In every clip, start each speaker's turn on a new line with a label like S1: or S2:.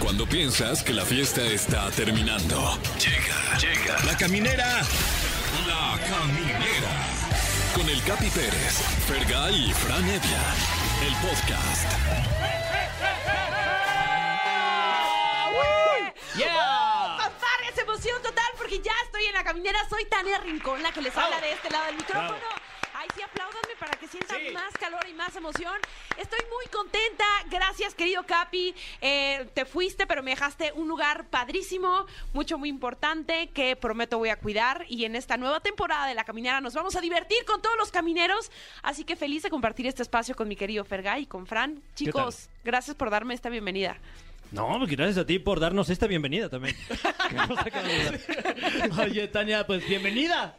S1: Cuando piensas que la fiesta está terminando. Llega, llega. La caminera. La caminera. Con el Capi Pérez, Fergal y Fran Evia. El podcast.
S2: Fanfarrias, emoción total, porque ya estoy en la caminera. Soy Tania Rincón, la que les habla de este lado del micrófono. Ay, sí, apláudanme para que sientan más calor y más emoción. Estoy muy contenta. Gracias, querido Capi. Eh, te fuiste, pero me dejaste un lugar padrísimo, mucho, muy importante, que prometo voy a cuidar. Y en esta nueva temporada de La Caminera nos vamos a divertir con todos los camineros. Así que feliz de compartir este espacio con mi querido Fergay y con Fran. Chicos, gracias por darme esta bienvenida.
S3: No, pues gracias a ti por darnos esta bienvenida también. Qué cosa que nos da. Oye, Tania, pues bienvenida.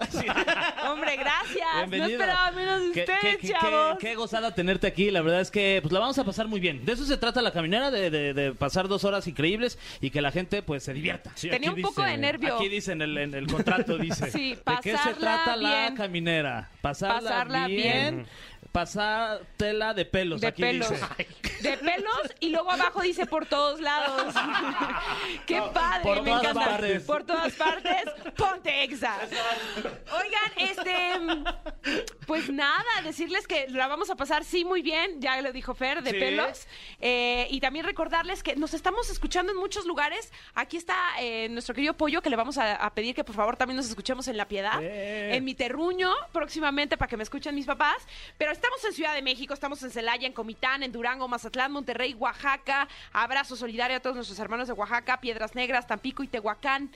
S2: Hombre, gracias. No
S3: Bienvenida.
S2: esperaba menos de
S3: Qué-
S2: ustedes,
S3: qué- qué- qué-
S2: chavos.
S3: qué gozada tenerte aquí. La verdad es que pues la vamos a pasar muy bien. De eso se trata la caminera, de, de- de pasar dos horas increíbles y que la gente pues se divierta.
S2: Tenía un poco de nervio.
S3: Aquí dice en el, en el contrato, dice.
S2: Sí,
S3: ¿De qué se
S2: pasarla
S3: trata la
S2: bien.
S3: caminera? Pasarla,
S2: Pasarla
S3: bien.
S2: bien.
S3: Pasártela de pelos,
S2: de
S3: aquí
S2: pelos.
S3: dice.
S2: De pelos y luego abajo dice por todos lados. Qué padre,
S3: por
S2: me
S3: todas
S2: encanta.
S3: partes.
S2: Por todas partes, ponte exa. Oigan, este pues nada, decirles que la vamos a pasar sí muy bien, ya lo dijo Fer, de
S3: Sí.
S2: pelos. Eh, y también recordarles que nos estamos escuchando en muchos lugares. Aquí está eh, nuestro querido Pollo, que le vamos a, a pedir que por favor también nos escuchemos en La Piedad,
S3: Eh.
S2: en mi terruño próximamente para que me escuchen mis papás. Pero estamos en Ciudad de México, estamos en Celaya, en Comitán, en Durango, Mazatlán, Monterrey, Oaxaca. Abrazo solidario a todos nuestros hermanos de Oaxaca, Piedras Negras, Tampico y Tehuacán.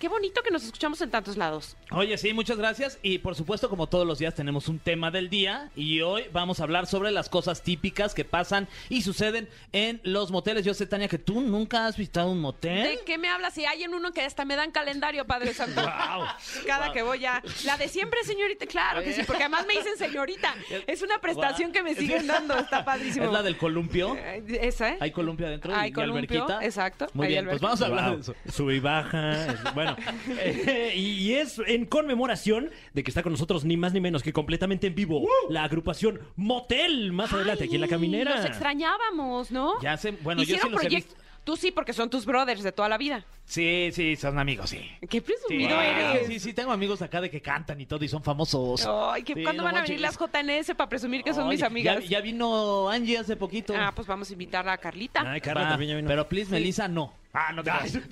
S2: Qué bonito que nos escuchamos en tantos lados.
S3: Oye, sí, muchas gracias. Y por supuesto, como todos los días, tenemos un tema del día. Y hoy vamos a hablar sobre las cosas típicas que pasan y suceden en los moteles. Yo sé, Tania, que tú nunca has visitado un motel.
S2: ¿De qué me hablas? Si hay en uno que hasta me dan calendario, Padre Santo.
S3: Guau.
S2: Cada que voy ya. La de siempre, señorita. Claro que sí, porque además me dicen señorita. Es una prestación
S3: Guau.
S2: que me siguen dando. Está padrísimo.
S3: ¿Es la del columpio?
S2: Eh, Esa, ¿eh?
S3: ¿Hay columpio adentro?
S2: Hay
S3: y
S2: columpio,
S3: alberquita?
S2: exacto,
S3: Muy
S2: hay
S3: bien, pues
S2: alberca.
S3: vamos a hablar de eso.
S4: Wow, Sube y baja. es- bueno, Eh, y y es en conmemoración de que está con nosotros ni más ni menos que completamente en vivo la agrupación Motel. Más adelante aquí en la
S2: Ay,
S4: caminera.
S2: Los extrañábamos, ¿no?
S3: Ya sé, bueno, yo sí
S2: Hicieron
S3: los he
S2: proyect-
S3: visto.
S2: Tú sí, porque son tus brothers de toda la vida.
S3: Sí, sí, son amigos, sí.
S2: Qué
S3: Sí,
S2: presumido
S3: wow.
S2: eres.
S3: sí, sí, tengo amigos acá de que cantan y todo y son famosos.
S2: Ay, que
S3: Sí,
S2: ¿cuándo
S3: no
S2: van a
S3: manches.
S2: venir las JNS para presumir que son mis
S3: Oye,
S2: amigas?
S3: Ya, ya vino Angie hace poquito.
S2: Ah, pues vamos a invitarla a Carlita.
S4: Ay, Carla
S3: Va,
S4: también ya vino.
S3: Pero please, Melissa, no. Ah, no te hagas.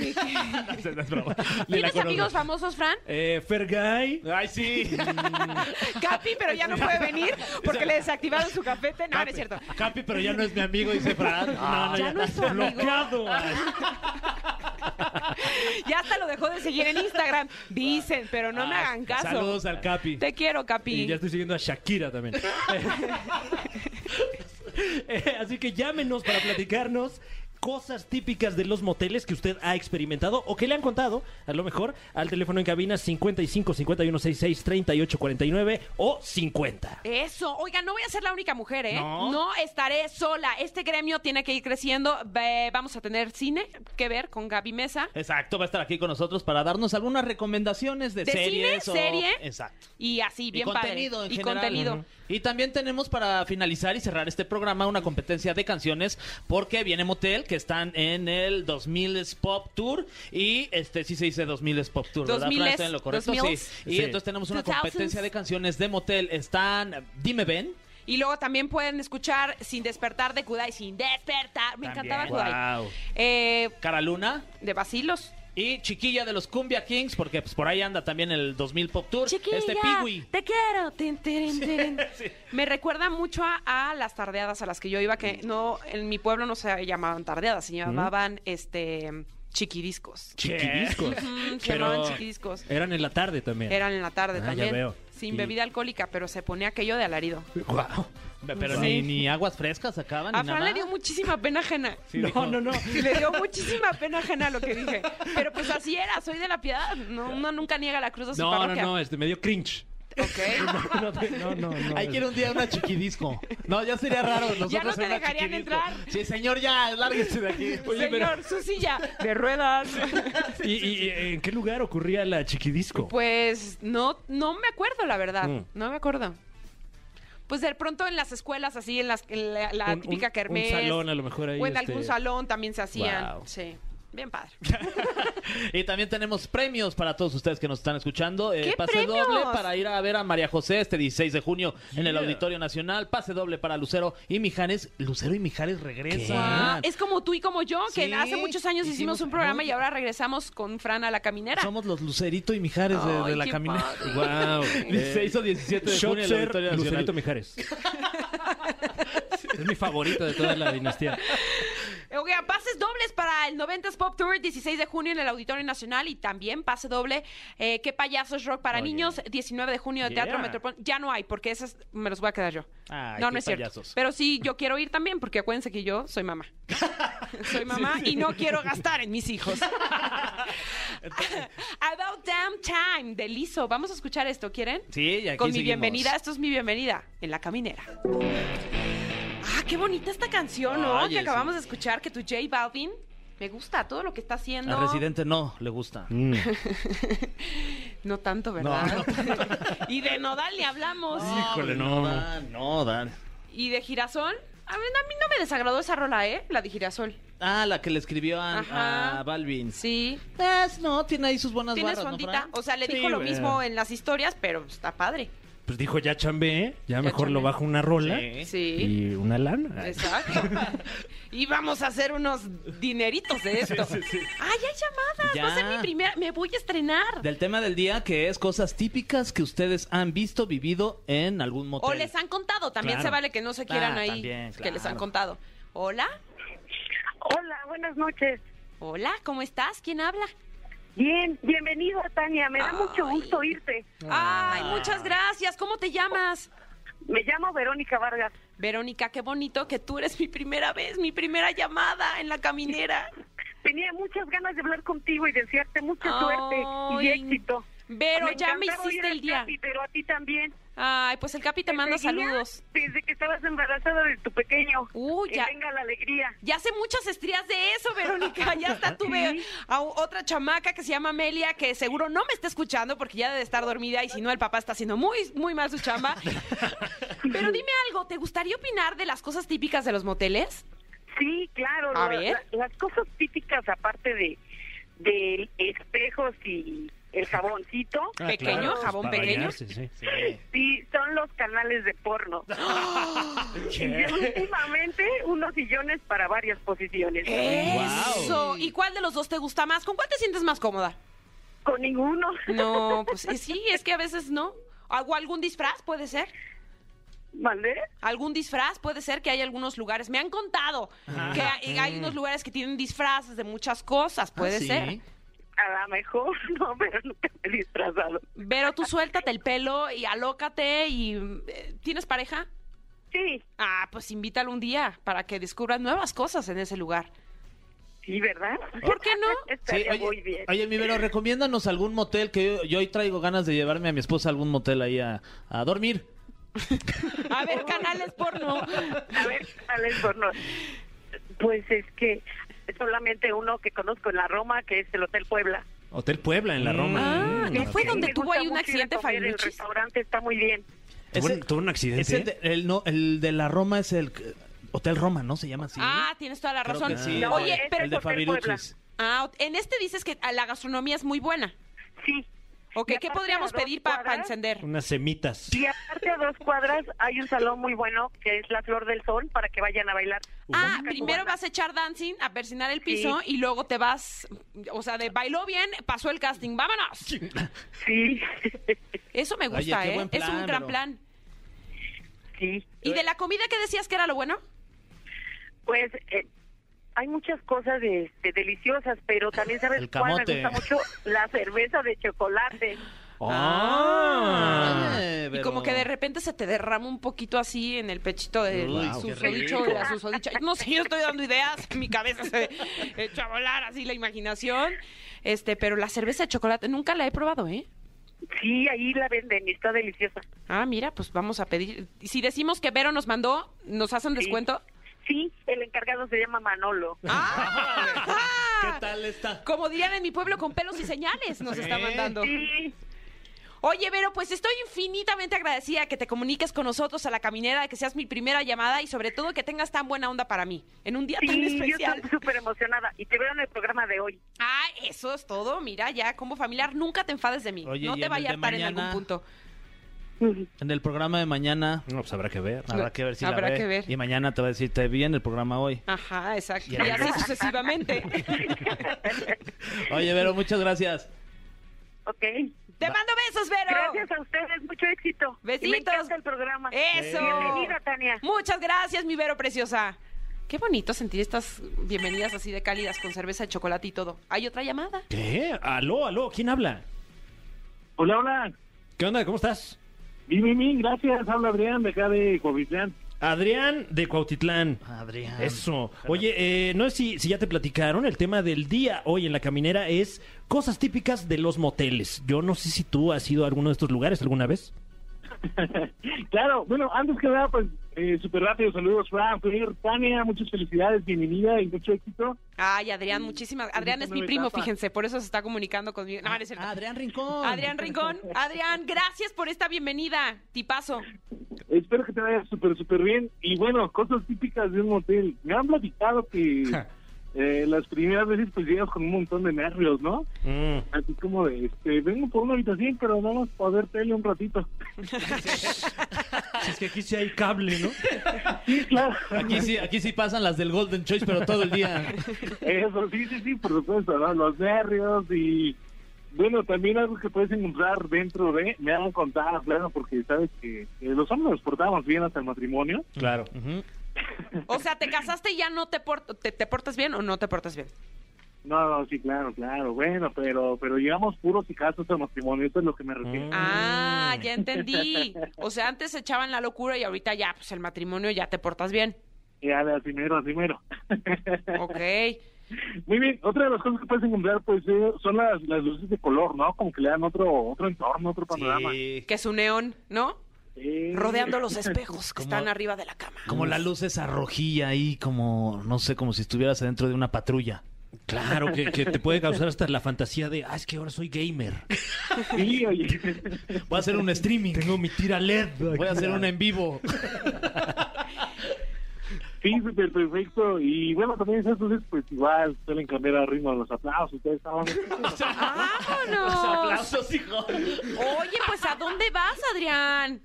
S2: ¿Tienes amigos Ah, famosos, Fran?
S4: Eh, Fergay.
S3: Ay, sí.
S2: Capi, pero ya no puede venir porque le desactivaron su cafete. No, no es cierto.
S3: Capi, pero ya no es mi amigo, dice Fran. No, no,
S2: Ya no es tu amigo.
S4: Bloqueado.
S2: Ya hasta lo dejó de seguir en Instagram. Dicen, pero no me hagan caso.
S3: Ah, Saludos al Capi.
S2: Te quiero,
S4: Y ya
S2: Capi.
S4: estoy siguiendo a Shakira también. Eh, así que llámenos para platicarnos cosas típicas de los moteles que usted ha experimentado o que le han contado, a lo mejor, al teléfono en cabina 55 51 66 38 49 o 50.
S2: Eso, oiga, no voy a ser la única mujer, ¿eh?
S3: No.
S2: estaré sola. Este gremio tiene que ir creciendo. Ve- vamos a tener cine que ver con Gaby Mesa.
S3: Exacto, va a estar aquí con nosotros para darnos algunas recomendaciones de,
S2: ¿De cine,
S3: series. o-
S2: serie?
S3: Exacto.
S2: Y así, bien
S3: y contenido
S2: padre.
S3: en
S2: y
S3: general.
S2: contenido.
S3: Ujú. Y también tenemos para finalizar y cerrar este programa una competencia de canciones porque viene Motel que están en el 2000 Pop Tour y este sí se dice 2000 Pop Tour, ¿verdad?
S2: 2000s,
S3: Fran? ¿Estoy en lo correcto?
S2: 2000s.
S3: Sí. Y
S4: Sí.
S3: entonces tenemos una
S2: 2000s.
S3: competencia de canciones de Motel. Están Dime Ben,
S2: Y luego también pueden escuchar Sin Despertar de Kudai. Sin Despertar. Me
S3: También.
S2: encantaba Kudai.
S3: Guau.
S2: Eh,
S3: Cara Luna
S2: de Basilos.
S3: y Chiquilla de los Cumbia Kings porque pues por ahí anda también el 2000 Pop Tour.
S2: Chiquilla,
S3: este Piwi.
S2: te quiero. Tin, tirin, tirin. Me recuerda mucho a, a las tardeadas a las que yo iba,
S4: Mm.
S2: que no, en mi pueblo no se llamaban tardeadas, se llamaban este chiquidiscos.
S4: Chiquidiscos.
S2: Mm, se
S4: Pero
S2: llamaban chiquidiscos.
S4: Eran en la tarde también.
S2: Eran en la tarde
S4: Ah, ya
S2: también.
S4: veo.
S2: Sin
S4: Y-
S2: bebida alcohólica, pero se ponía aquello de alarido.
S4: Guau.
S3: Pero
S2: Sí.
S3: ni, ni aguas frescas sacaban
S2: A
S3: ni nada.
S2: Fran le dio muchísima pena ajena.
S3: Sí, dijo,
S4: no, no, no.
S2: Le dio muchísima pena ajena lo que dije. Pero pues así era, soy de la piedad. No, uno nunca niega la cruz de su
S4: No, no,
S2: parroquia.
S4: no, este, me dio cringe.
S2: Ok.
S4: No, te- no, no. no,
S3: Hay que ir un día a una chiquidisco. No, ya sería raro. Nosotros
S2: Ya no te
S3: en una
S2: dejarían
S3: chiquidisco.
S2: entrar.
S3: Sí, señor, ya, lárguese de aquí.
S2: Señor, su silla de ruedas.
S4: ¿Y, y- y en qué lugar ocurría la chiquidisco?
S2: Pues no, no me acuerdo, la verdad.
S4: Mm.
S2: No me acuerdo. pues de pronto en las escuelas, así, en, las, en la, la
S4: Un- un-
S2: típica
S4: un
S2: kermés.
S4: salón, a lo mejor ahí,
S2: O en algún
S4: este-
S2: salón también se hacían.
S4: Guau.
S2: Sí, bien padre.
S3: Y también tenemos premios para todos ustedes que nos están escuchando. Eh,
S2: ¿Qué
S3: pase
S2: premios?
S3: doble para ir a ver a María José este 16 de junio en el
S4: Yeah.
S3: Auditorio Nacional. Pase doble para Lucero y Mijares. Lucero y Mijares
S2: Ah,
S3: regresan.
S2: es como tú y como yo, que
S3: Sí,
S2: hace muchos años hicimos, un
S3: hicimos-
S2: programa y
S3: Oye.
S2: ahora regresamos con Fran a la caminera.
S3: Somos los Lucerito y Mijares de, de
S2: Ay,
S3: la
S2: qué
S3: caminata.
S2: padre.
S4: Wow. eh.
S3: 16 o 17 de junio en el
S4: Shockser,
S3: Auditorio Nacional.
S4: Lucerito Mijares. es mi favorito de toda la dinastía.
S2: Ok, pases dobles para el 90s Pop Tour, 16 de junio en el Auditorio Nacional y también pase doble eh, ¿Qué payasos rock para
S4: Oye.
S2: niños? 19 de junio de Teatro
S4: Yeah.
S2: Metropolitano. Ya no hay, porque esas me los voy a quedar yo.
S3: Ay,
S2: no,
S3: qué
S2: no es cierto.
S3: payasos.
S2: Pero sí, yo quiero ir también, porque acuérdense que yo soy mamá. soy mamá y no quiero gastar en mis hijos. About Damn Time de Lizzo. Vamos a escuchar esto, ¿quieren?
S3: Sí, y aquí
S2: Con mi
S3: seguimos.
S2: bienvenida, esto es mi bienvenida en la caminera. Ah, qué bonita esta canción, ¿no?
S3: Oye,
S2: que
S3: sí.
S2: acabamos de escuchar, que tu J Balvin me gusta todo lo que está haciendo.
S3: A Residente no, le gusta.
S4: Mm.
S2: No tanto, ¿verdad?
S3: No,
S2: y de Nodal ni hablamos.
S4: Híjole, no.
S3: Dan, No, Dan.
S2: Y de Girasol. A mí, a mí no me desagradó esa rola, ¿eh? La de Girasol.
S3: Ah, la que le escribió a,
S2: Ajá.
S3: a Balvin.
S2: Sí.
S3: Es- no, tiene ahí sus buenas
S2: Tienes
S3: barras, ¿no,
S2: fondita.
S3: Fran?
S2: o sea, le
S4: Sí,
S2: dijo lo
S4: güey.
S2: mismo en las historias, pero está padre.
S4: Pues dijo, ya chambeé, ya, mejor
S2: chambeé.
S4: lo bajo una rola
S3: Sí.
S2: Sí.
S4: y una lana.
S2: Exacto. y vamos a hacer unos dineritos de esto. ¡Ay, hay llamadas! Va a ser
S3: Ya.
S2: mi primera. Me voy a estrenar.
S3: Del tema del día, que es cosas típicas que ustedes han visto, vivido en algún motel.
S2: O les han contado. También
S3: Claro.
S2: se vale que no se quieran
S3: Ah,
S2: ahí.
S3: también,
S2: Que les han
S3: claro.
S2: contado. Hola.
S5: Hola, buenas noches.
S2: Hola, ¿cómo estás? ¿Quién habla?
S5: Bien, bienvenida Tania, me da
S2: Ay.
S5: mucho gusto oírte.
S3: Ah.
S2: Ay, muchas gracias. ¿Cómo te llamas?
S5: Me llamo Verónica Vargas.
S2: Verónica, qué bonito que tú eres mi primera vez, mi primera llamada en la caminera.
S5: Tenía muchas ganas de hablar contigo y desearte mucha suerte y
S2: Ay,
S5: éxito.
S2: Pero
S5: Me
S2: ya me
S5: encantaba oír
S2: hiciste
S5: al
S2: el día.
S5: Capi, pero a ti también.
S2: Ay, pues el Capi te manda
S5: seguía
S2: saludos.
S5: Desde que estabas embarazada de tu pequeño.
S2: Uy,
S5: Que
S2: ya.
S5: venga la alegría.
S2: Ya hace muchas estrías de eso, Verónica. Ya hasta tuve a u- otra chamaca que se llama Amelia, que seguro no me está escuchando porque ya debe estar dormida y si no, el papá está haciendo muy, muy mal su chamba. Pero dime algo, ¿te gustaría opinar de las cosas típicas de los moteles?
S5: Sí, claro.
S2: A
S5: la-
S2: ver.
S5: la- las cosas típicas, aparte de, de espejos y el jaboncito,
S2: Pequeño, jabón
S4: Ah, para
S2: pequeño.
S4: bañarse, sí.
S5: sí, son los canales de porno. Y últimamente unos sillones para varias posiciones.
S2: Eso. ¿Y cuál de los dos te gusta más? ¿Con cuál te sientes más cómoda?
S5: Con ninguno.
S2: No, pues eh, sí, es que a veces no. ¿Hago algún disfraz? ¿Puede ser?
S5: ¿Mandé?
S2: algún disfraz, puede ser que hay algunos lugares, me han contado que
S3: Ah,
S2: hay, hay unos lugares que tienen disfraces de muchas cosas, puede
S3: Ah, sí.
S2: ser.
S5: A lo mejor no, pero nunca me he disfrazado.
S2: Pero tú suéltate el pelo y alócate y eh, ¿tienes pareja?
S5: Sí,
S2: Ah, pues invítalo un día para que descubras nuevas cosas en ese lugar.
S5: sí, ¿verdad?
S2: ¿Por qué no?
S3: Sí,
S5: Estaría muy bien.
S3: oye, oye, mi Vero, recomiéndanos algún motel que yo, yo hoy traigo ganas de llevarme a mi esposa a algún motel ahí a, a dormir.
S2: A ver, canales porno.
S5: A ver, ¿cuál es porno? Pues es que solamente uno que conozco en la Roma, que es el Hotel Puebla.
S4: Hotel Puebla en la Roma. Mm,
S2: Ah, ¿no fue
S4: ok.
S2: donde
S5: Me
S2: tuvo
S5: gusta
S2: ahí un
S5: mucho ir a
S2: accidente,
S5: comer, El
S2: Fabiruchis?
S5: restaurante está muy bien.
S4: Tuvo
S3: Ese-
S4: un- tuvo un accidente,
S3: ese
S4: ¿eh?
S3: de- el, no, el de la Roma es el eh, Hotel Roma, ¿no? Se llama así.
S2: Ah, tienes toda la
S3: Creo
S2: razón.
S3: que sí,
S5: No,
S2: Oye,
S5: es-
S2: pero
S3: el de
S5: Hotel Puebla.
S3: Fabiruchis.
S2: ah, en este dices que la gastronomía es muy buena.
S5: Sí.
S2: Ok,
S5: Y
S2: ¿qué
S5: aparte
S2: podríamos
S5: a dos
S2: pedir para
S5: cuadras-
S2: encender? Ah,
S4: Unas semitas.
S5: Y aparte a dos cuadras hay un salón muy bueno que es la Flor del Sol para que vayan a bailar.
S2: Ah,
S5: Música
S2: primero
S5: cubana.
S2: vas a echar dancing, a persinar el piso y luego te vas, o sea, de bailó bien, pasó el casting, vámonos.
S5: Sí,
S2: Eso me
S3: Oye,
S2: gusta,
S3: qué
S2: ¿eh?
S3: buen
S2: es un
S3: plan,
S2: gran
S3: bro.
S2: plan.
S5: sí.
S2: ¿Y de la comida qué decías que era lo bueno?
S5: Pues eh, hay muchas cosas este, deliciosas, pero también sabes
S3: El
S5: cuál me
S3: camote.
S5: gusta mucho la cerveza de chocolate.
S4: Ah.
S3: Oye,
S2: y
S3: Vero.
S2: como que de repente se te derrama un poquito así en el pechito del
S3: Uy, qué
S2: susodicho
S3: rico.
S2: de la susodicha. No sé, yo estoy dando ideas, mi cabeza se echa a volar así la imaginación. Este, pero la cerveza de chocolate nunca la he probado, ¿eh?
S5: Sí, ahí la venden y está deliciosa.
S2: Ah, mira, pues vamos a pedir. Si decimos que Vero nos mandó, ¿nos hacen
S5: Sí.
S2: descuento?
S5: Sí, el encargado se llama Manolo.
S2: ¡Ah!
S3: ¿Qué tal está?
S2: Como dirían en mi pueblo, con pelos y señales nos está mandando.
S5: Sí,
S2: Oye, Vero, pues estoy infinitamente agradecida que te comuniques con nosotros a la caminera, que seas mi primera llamada y sobre todo que tengas tan buena onda para mí en un día tan
S5: Sí, yo
S2: especial.
S5: estoy súper emocionada y te veo en el programa de hoy.
S2: Ah, eso es todo. Mira, ya como familiar, nunca te enfades de mí.
S3: Oye,
S2: no
S3: y
S2: te
S3: en
S2: va a
S3: el de
S2: hartar en algún
S3: mañana.
S2: punto.
S3: En el programa de mañana
S4: No, pues habrá que ver.
S3: habrá que ver si
S2: Habrá
S3: la ve.
S2: que ver.
S3: Y mañana te va a decir, te vi en el programa hoy.
S2: Ajá, exacto.
S3: Y
S2: Y
S3: en el
S2: así
S3: de-
S2: sucesivamente.
S3: Oye, Vero, muchas gracias.
S5: Ok.
S2: te mando besos, Vero.
S5: Gracias a ustedes, mucho éxito.
S2: Besitos.
S5: Y me encanta el programa.
S2: Eso.
S5: Bienvenida, Tania.
S2: Muchas gracias, mi Vero preciosa. Qué bonito sentir estas bienvenidas así de cálidas con cerveza, chocolate y todo. ¿Hay otra llamada?
S4: ¿Qué? Aló, aló, ¿quién habla?
S6: Hola, hola.
S4: ¿Qué onda? ¿Cómo estás?
S6: Bien, bien, bien, gracias. Habla Adrián de acá de Covitlán.
S4: Adrián de Cuautitlán.
S3: Adrián.
S4: Eso. Oye, eh, no sé si, si ya te platicaron, el tema del día hoy en la caminera es cosas típicas de los moteles. Yo no sé si tú has ido a alguno de estos lugares alguna vez.
S6: claro, bueno, antes que nada, pues eh, súper rápido, saludos, Fran, Fer, Tania, muchas felicidades, bienvenida y mucho éxito.
S2: Ay,
S5: Mm,
S2: Adrián, muchísimas. Adrián es mi
S6: nueva
S2: primo,
S6: etapa.
S2: fíjense, por eso se está comunicando conmigo. No, no es cierto.
S3: Ah, Adrián Rincón.
S2: Adrián Rincón, Adrián, gracias por esta bienvenida, tipazo.
S6: Espero que te vaya súper, súper bien. Y bueno, cosas típicas de un motel. Me han platicado que eh, las primeras veces pues llegas con un montón de nervios, ¿no? Así como de, este, vengo por una habitación, pero vamos a ver tele un ratito.
S4: Si es que aquí sí hay cable, ¿no?
S6: Sí, claro.
S3: Aquí sí, aquí sí pasan las del Golden Choice, pero todo el día.
S6: Eso, sí, sí, sí, por supuesto, ¿no? los nervios y bueno, también algo que puedes encontrar dentro de, me han contado, claro, porque sabes que eh, los hombres nos portamos bien hasta el matrimonio.
S4: Claro.
S3: Ujú.
S2: O sea, te casaste y ya no te, por- te, te portas bien o no te portas bien.
S6: No, no, sí, claro, claro, bueno, pero pero llegamos puros y castos al matrimonio, eso es lo que me refiero.
S4: Mm.
S2: Ah, ya entendí. O sea, antes se echaban la locura y ahorita ya, pues el matrimonio ya te portas bien.
S6: Ya, de al Eh, primero, al primero.
S2: Ok.
S6: Muy bien, otra de las cosas que puedes encontrar, pues, eh, son las, las luces de color, ¿no? Como que le dan otro otro entorno, otro panorama. Eh,
S3: Sí.
S2: Que es un neón, ¿no?
S6: Sí.
S2: Rodeando los espejos que
S3: Como-
S2: están arriba de la cama.
S3: Como la luz esa rojilla ahí, como, no sé, como si estuvieras adentro de una patrulla.
S4: Claro, que, que te puede causar hasta la fantasía de, ah, es que ahora soy gamer.
S6: Sí, oye.
S3: Voy a hacer un streaming.
S4: Tengo mi tira LED.
S3: Voy a hacer un en vivo.
S6: Sí, súper perfecto. Y bueno, también esas luces, pues igual suelen cambiar el ritmo de los aplausos. Ustedes estaban.
S2: ¡Vámonos!
S3: hijo.
S2: Oye, pues ¿a dónde vas, Adrián?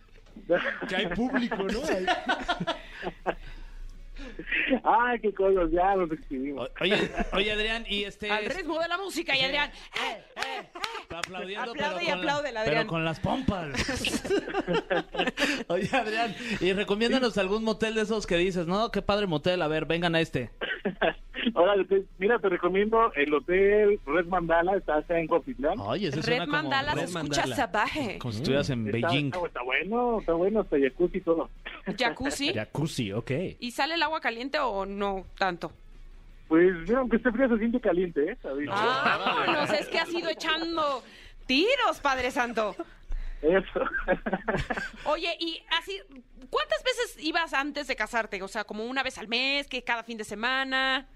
S4: Que hay público, ¿no?
S6: Ay, qué cosas, ya nos escribimos.
S3: Oye, oye, Adrián, y este.
S2: Al ritmo de la música y Adrián. ¡eh!
S3: Está aplaudiendo,
S2: Aplaude
S3: pero
S2: y
S3: con la-
S2: aplaude, Adrián.
S3: Pero con las pompas. Oye, Adrián, y recomiéndanos algún motel de esos que dices, no, qué padre motel, a ver, vengan a este.
S6: Ahora, te- pues, mira, te recomiendo el hotel Red Mandala, está acá en Copitlán.
S3: Oye, ese
S2: Red
S3: suena como,
S2: Mandala se
S3: Red
S2: escucha
S3: Mandala.
S2: salvaje.
S3: Como si estuvieras en
S6: Está,
S3: Beijing.
S6: está- está bueno, está bueno, hasta jacuzzi y todo.
S2: Jacuzzi.
S4: Jacuzzi, ok.
S2: ¿Y sale el agua caliente o no tanto?
S6: Pues, mira, aunque esté frío, se siente caliente, ¿eh? ¿Sabes?
S2: ¡Vámonos! Ah, Es que has ido echando tiros, Padre Santo.
S6: Eso.
S2: Oye, y así, ¿cuántas veces ibas antes de casarte? O sea, como una vez al mes, que cada fin de semana.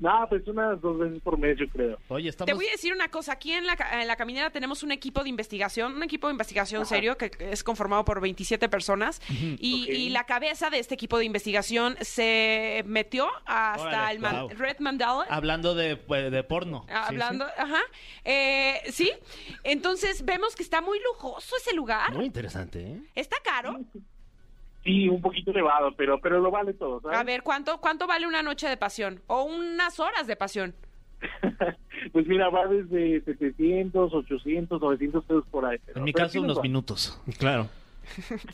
S6: no, pues unas dos veces por mes, yo creo.
S3: Oye,
S2: Te
S3: estamos.
S2: voy a decir una cosa, aquí en la, ca- en la caminera tenemos un equipo de investigación, un equipo de investigación serio que es conformado por 27 personas y,
S6: Ok.
S2: y la cabeza de este equipo de investigación se metió hasta
S3: Órale,
S2: el man-
S3: wow. Ah,
S2: Red Mandala.
S3: Hablando de, pues, de porno.
S2: Ah, Hablando, ajá. Eh, sí, entonces vemos que está muy lujoso ese lugar.
S4: Muy interesante, ¿eh?
S2: ¿Está caro?
S6: Sí, un poquito elevado, pero pero lo vale todo, ¿sabes?
S2: A ver, ¿cuánto, ¿cuánto vale una noche de pasión? O unas horas de pasión.
S6: Pues mira, va desde 700, 800, 900 pesos por ahí.
S3: En mi
S6: Pero sí
S3: caso,
S6: nos
S3: unos
S6: va.
S3: minutos.
S4: Claro.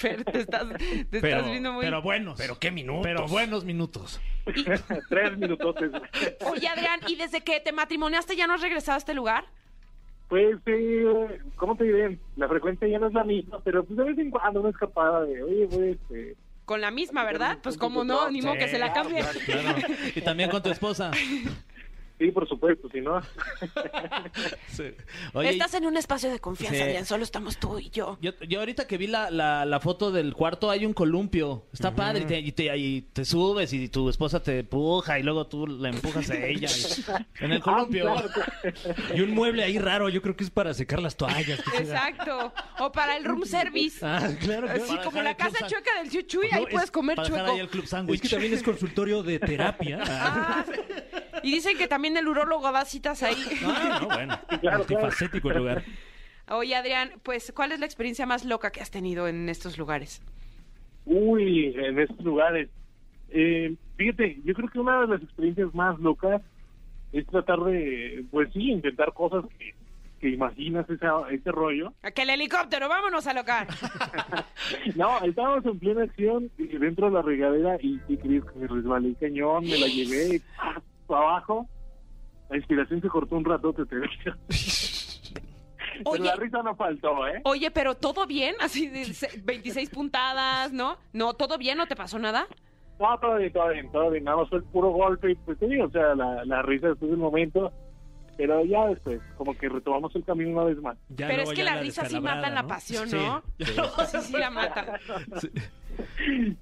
S2: Pero te estás, te estás viendo muy...
S3: pero buenos.
S4: Pero qué minutos.
S3: Pero buenos minutos.
S6: Tres minutotes.
S2: Oye, Adrián, ¿y desde que te matrimoniaste ya no has regresado a este lugar?
S6: Pues, eh, ¿cómo te diré? La frecuencia ya no es la misma, pero pues de vez en cuando una escapada de, oye, güey, este...
S2: Con la Pues, misma, ¿verdad? Pues como no, ni modo que se la cambie.
S3: Claro. Y también con tu esposa.
S6: Sí, por supuesto, si no.
S3: Sí. Oye,
S2: Estás en un espacio de confianza,
S3: Sí.
S2: Adrián. Solo estamos tú y yo.
S3: yo, yo ahorita que vi la, la- la foto del cuarto hay un columpio. Está padre. Y te, y te- y te subes y tu esposa te empuja y luego tú la empujas a ella. y- en el columpio.
S4: Y un mueble ahí raro, yo creo que es para secar las toallas. quisiera.
S2: Exacto. O para el room service.
S4: Ah, claro, claro.
S2: Así
S3: Para
S2: como
S3: dejar
S2: la
S3: el club
S2: casa
S3: san-
S2: chueca del chuchuy,
S3: No,
S2: ahí
S3: es
S2: puedes comer
S3: para dejar
S2: chueco.
S3: ahí el club sándwich.
S4: Es que también es consultorio de terapia.
S2: Ah, y dicen que también el urólogo da citas ahí.
S4: Ah, no, bueno. Multifacético el lugar.
S2: Oye, Adrián, pues, ¿cuál es la experiencia más loca que has tenido en estos lugares?
S6: Uy, en estos lugares. Eh, fíjate, yo creo que una de las experiencias más locas es tratar de, pues sí, intentar cosas que, que imaginas esa, ese rollo.
S2: Aquel el helicóptero, vámonos a locar.
S6: No, estábamos en plena acción y dentro de la regadera y ¿qué crees que me resbalé el cañón, me la llevé ¡ah! para abajo. La inspiración se cortó un ratote, te digo. Pero
S2: Oye,
S6: la risa no faltó, ¿eh?
S2: oye, pero todo bien, así de se- 26 puntadas, ¿no? No, todo bien, no te pasó nada.
S6: No, todo bien, todo bien, todo bien. Nada más fue el puro golpe y pues te digo, o sea, la, la risa después del momento. Pero ya después, como que retomamos el camino una vez más.
S4: Ya
S2: pero es
S4: luego
S2: que
S4: ya
S2: la risa sí
S4: descalabrada,
S2: mata la
S4: ¿no?
S2: pasión,
S4: Sí.
S2: ¿no? Sí, sí, la mata.
S6: Sí,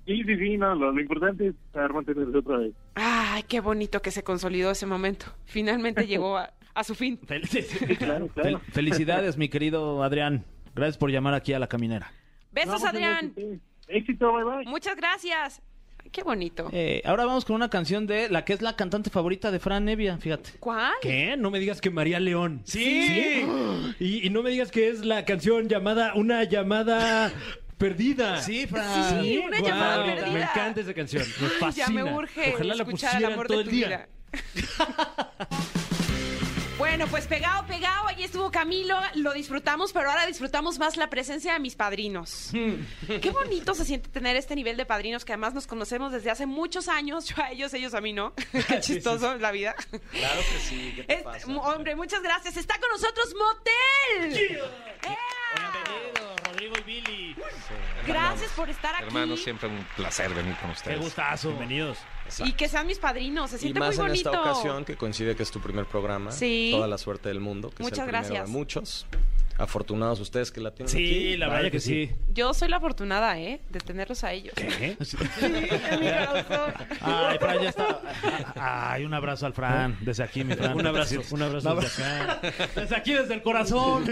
S6: sí, sí, no, lo, lo importante es saber mantenerse otra vez.
S2: Ay, qué bonito que se consolidó ese momento. Finalmente llegó a, a su fin.
S3: Fel- sí, sí.
S6: Claro, claro.
S3: Fel- felicidades, mi querido Adrián. Gracias por llamar aquí a la caminera.
S2: Besos,
S6: Vamos,
S2: Adrián.
S6: Adrián, sí. Éxito, bye bye.
S2: Muchas gracias. Ay, qué bonito.
S3: Eh, ahora vamos con una canción de la que es la cantante favorita de Fran Nevia, fíjate.
S2: ¿Cuál?
S4: ¿Qué? No me digas que María León.
S3: Sí.
S4: Y, y no me digas que es la canción llamada Una llamada perdida.
S3: Sí, Fran.
S2: Sí, una llamada
S4: Guau,
S2: perdida.
S4: Me encanta esa canción. Me
S2: Ay,
S4: fascina.
S2: Ya me urge
S4: Ojalá la
S2: escuchar al
S4: pusieran
S2: amor
S4: todo
S2: de
S4: el
S2: tu
S4: día.
S2: vida. Bueno, pues pegado, pegado, ahí estuvo Camilo, lo disfrutamos, pero ahora disfrutamos más la presencia de mis padrinos. Qué bonito se siente tener este nivel de padrinos que además nos conocemos desde hace muchos años, yo a ellos, ellos a mí, ¿no? Qué chistoso la vida.
S7: Claro que sí, ¿qué te
S2: Este,
S7: pasa?
S2: mu- hombre, muchas gracias. Está con nosotros Motel. ¡Ea!
S3: Rodrigo y Billy.
S2: Gracias por estar aquí.
S7: Hermano, siempre un placer venir con
S3: Qué
S7: ustedes.
S3: gustazo. Bienvenidos.
S2: Y que sean mis padrinos, se
S7: Y
S2: siente
S7: más
S2: muy
S7: en
S2: bonito.
S7: esta ocasión que coincide que es tu primer programa.
S2: Sí.
S7: Toda la suerte del mundo. Que
S2: Muchas
S7: sea el primero
S2: gracias.
S7: De muchos. Afortunados ustedes que la tienen.
S3: Sí,
S7: aquí.
S3: la
S4: Vaya
S3: verdad que
S4: que
S3: sí.
S2: Yo soy la afortunada, ¿eh? De tenerlos a ellos.
S4: ¿Eh?
S3: Ay, Fran ya está. Ay, un abrazo al Fran. Desde aquí, mi Fran.
S4: Un abrazo, un abrazo.
S3: Desde aquí, desde el corazón.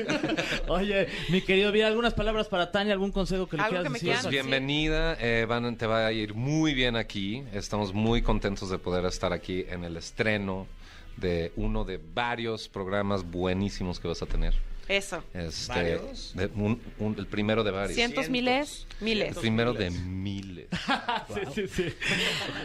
S3: Oye, mi querido Billy, algunas palabras para Tania, algún consejo que le
S2: Algo
S3: quieras
S2: que me
S3: decir.
S2: quieran-
S7: Pues bienvenida, eh, van, te va a ir muy bien aquí. Estamos muy contentos de poder estar aquí en el estreno de uno de varios programas buenísimos que vas a tener.
S2: Eso.
S7: Este,
S8: ¿Varios?
S7: de un- un- el primero de varios.
S2: Cientos, miles, miles.
S7: El primero de miles.
S3: Sí, sí, sí.